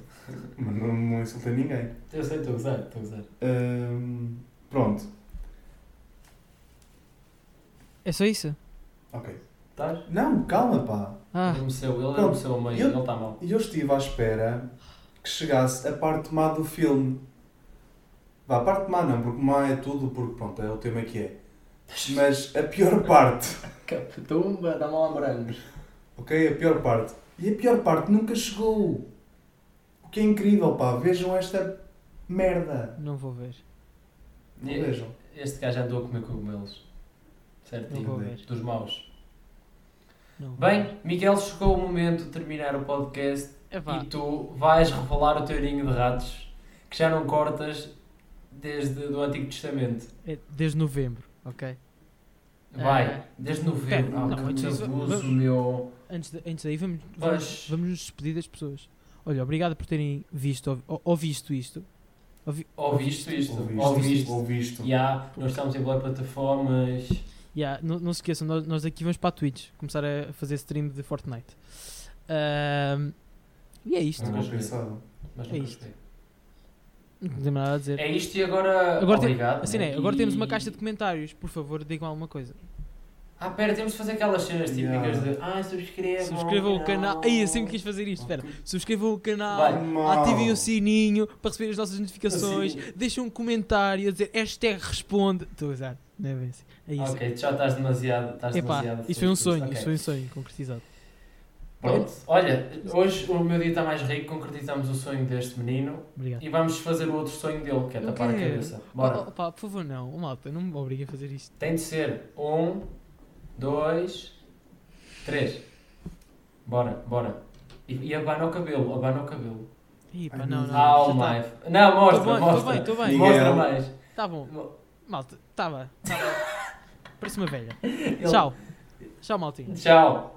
Speaker 3: Mas não, não insultei ninguém.
Speaker 2: Eu sei, estou a usar, estou a usar.
Speaker 3: Ahm, pronto,
Speaker 1: É só isso?
Speaker 3: ok.
Speaker 2: Estás?
Speaker 3: Não, calma, pá.
Speaker 1: Ah,
Speaker 2: Ele é um adormeceu, ele
Speaker 3: Pronto.
Speaker 2: adormeceu ao meio,
Speaker 3: Eu-
Speaker 2: ele está tá mal.
Speaker 3: E eu estive à espera que chegasse a parte má do filme. Vá, a parte má não, porque má é tudo, porque pronto, é o tema que é. Mas a pior parte,
Speaker 2: Capetumba, dá-me lá morangos.
Speaker 3: ok? A pior parte. E a pior parte nunca chegou. O que é incrível, pá. Vejam esta merda.
Speaker 1: Não vou ver.
Speaker 3: Não
Speaker 2: É.
Speaker 3: vejam.
Speaker 2: Este gajo andou a comer cogumelos.
Speaker 1: Não vou
Speaker 2: Certinho.
Speaker 1: ver.
Speaker 2: Dos maus.
Speaker 1: Não vou ver. É
Speaker 2: Bem, Miguel, chegou o momento de terminar o podcast
Speaker 1: Epá,
Speaker 2: e tu vais revelar o teu ninho de ratos que já não cortas desde o Antigo Testamento.
Speaker 1: é desde novembro, ok?
Speaker 2: Vai,
Speaker 1: Ah.
Speaker 2: desde novembro.
Speaker 1: Espera,
Speaker 2: Ah,
Speaker 1: não, é
Speaker 2: que
Speaker 1: antes disso,
Speaker 2: nervoso,
Speaker 1: vamos-
Speaker 2: meu.
Speaker 1: Antes, de- antes daí, vamos,
Speaker 2: Vais.
Speaker 1: vamos, vamos nos despedir das pessoas. Olha, obrigado por terem visto ou- ou, ou visto isto.
Speaker 2: Ouviste isto?
Speaker 3: Ouviste.
Speaker 2: Ouviste?
Speaker 3: Ouviste.
Speaker 2: Já, nós estamos em boas plataformas.
Speaker 1: Yeah, não, não se esqueçam, nós, nós aqui vamos para a Twitch começar a fazer stream de Fortnite. Ahm, e é isto.
Speaker 3: Não
Speaker 2: Mas
Speaker 3: vou
Speaker 2: não
Speaker 3: pensar.
Speaker 2: Mas
Speaker 1: É
Speaker 2: nunca
Speaker 1: isto.
Speaker 2: gostei.
Speaker 1: Não tenho nada a dizer.
Speaker 2: É isto e agora.
Speaker 1: Agora tem-
Speaker 2: Obrigado.
Speaker 1: Assim
Speaker 2: né?
Speaker 1: é, agora temos uma
Speaker 2: E-
Speaker 1: caixa de comentários. Por favor, digam alguma coisa.
Speaker 2: Ah, pera, temos de fazer aquelas cenas típicas de. Ah, subscrevam.
Speaker 1: Subscrevam o canal. Ai, eu sempre quis fazer isto. Espera. Subscrevam o canal.
Speaker 3: Mal.
Speaker 1: Ativem o sininho para receber as nossas notificações.
Speaker 2: Assim.
Speaker 1: Deixem um comentário a dizer hashtag responde. Estou a usar. Não é bem assim. É isso.
Speaker 2: Ok, tu já estás demasiado. Estás
Speaker 1: Epá,
Speaker 2: demasiado
Speaker 1: isso foi um
Speaker 2: feliz com
Speaker 1: sonho.
Speaker 2: isto.
Speaker 1: Isso
Speaker 2: Ok.
Speaker 1: foi um sonho concretizado.
Speaker 2: Pronto, olha, hoje o meu dia está mais rico, concretizamos o sonho deste menino
Speaker 1: Obrigado.
Speaker 2: e vamos fazer o outro sonho dele, que é
Speaker 1: Eu
Speaker 2: tapar a
Speaker 1: quero.
Speaker 2: cabeça.
Speaker 1: Oh,
Speaker 2: Bora.
Speaker 1: oh, pá, por favor, não. Oh, Malta, não me obriguem a fazer isto.
Speaker 2: Tem de ser um, dois, três. Bora, bora. E, e abana o cabelo, abana o cabelo.
Speaker 1: Ih, pá,
Speaker 3: Ai,
Speaker 1: não, não.
Speaker 3: meu Deus.
Speaker 1: já
Speaker 2: Ah, oh
Speaker 1: tá.
Speaker 2: my. f- Não, mostra,
Speaker 1: Tô bem, tô
Speaker 2: mostra.
Speaker 1: bem, tô bem.
Speaker 2: Mostra
Speaker 3: Miguel.
Speaker 2: mais.
Speaker 1: Tá bom. tá Malta, tava. Tava. Parece uma velha.
Speaker 2: Ele-
Speaker 1: Tchau. Tchau, maltinha.
Speaker 2: Tchau.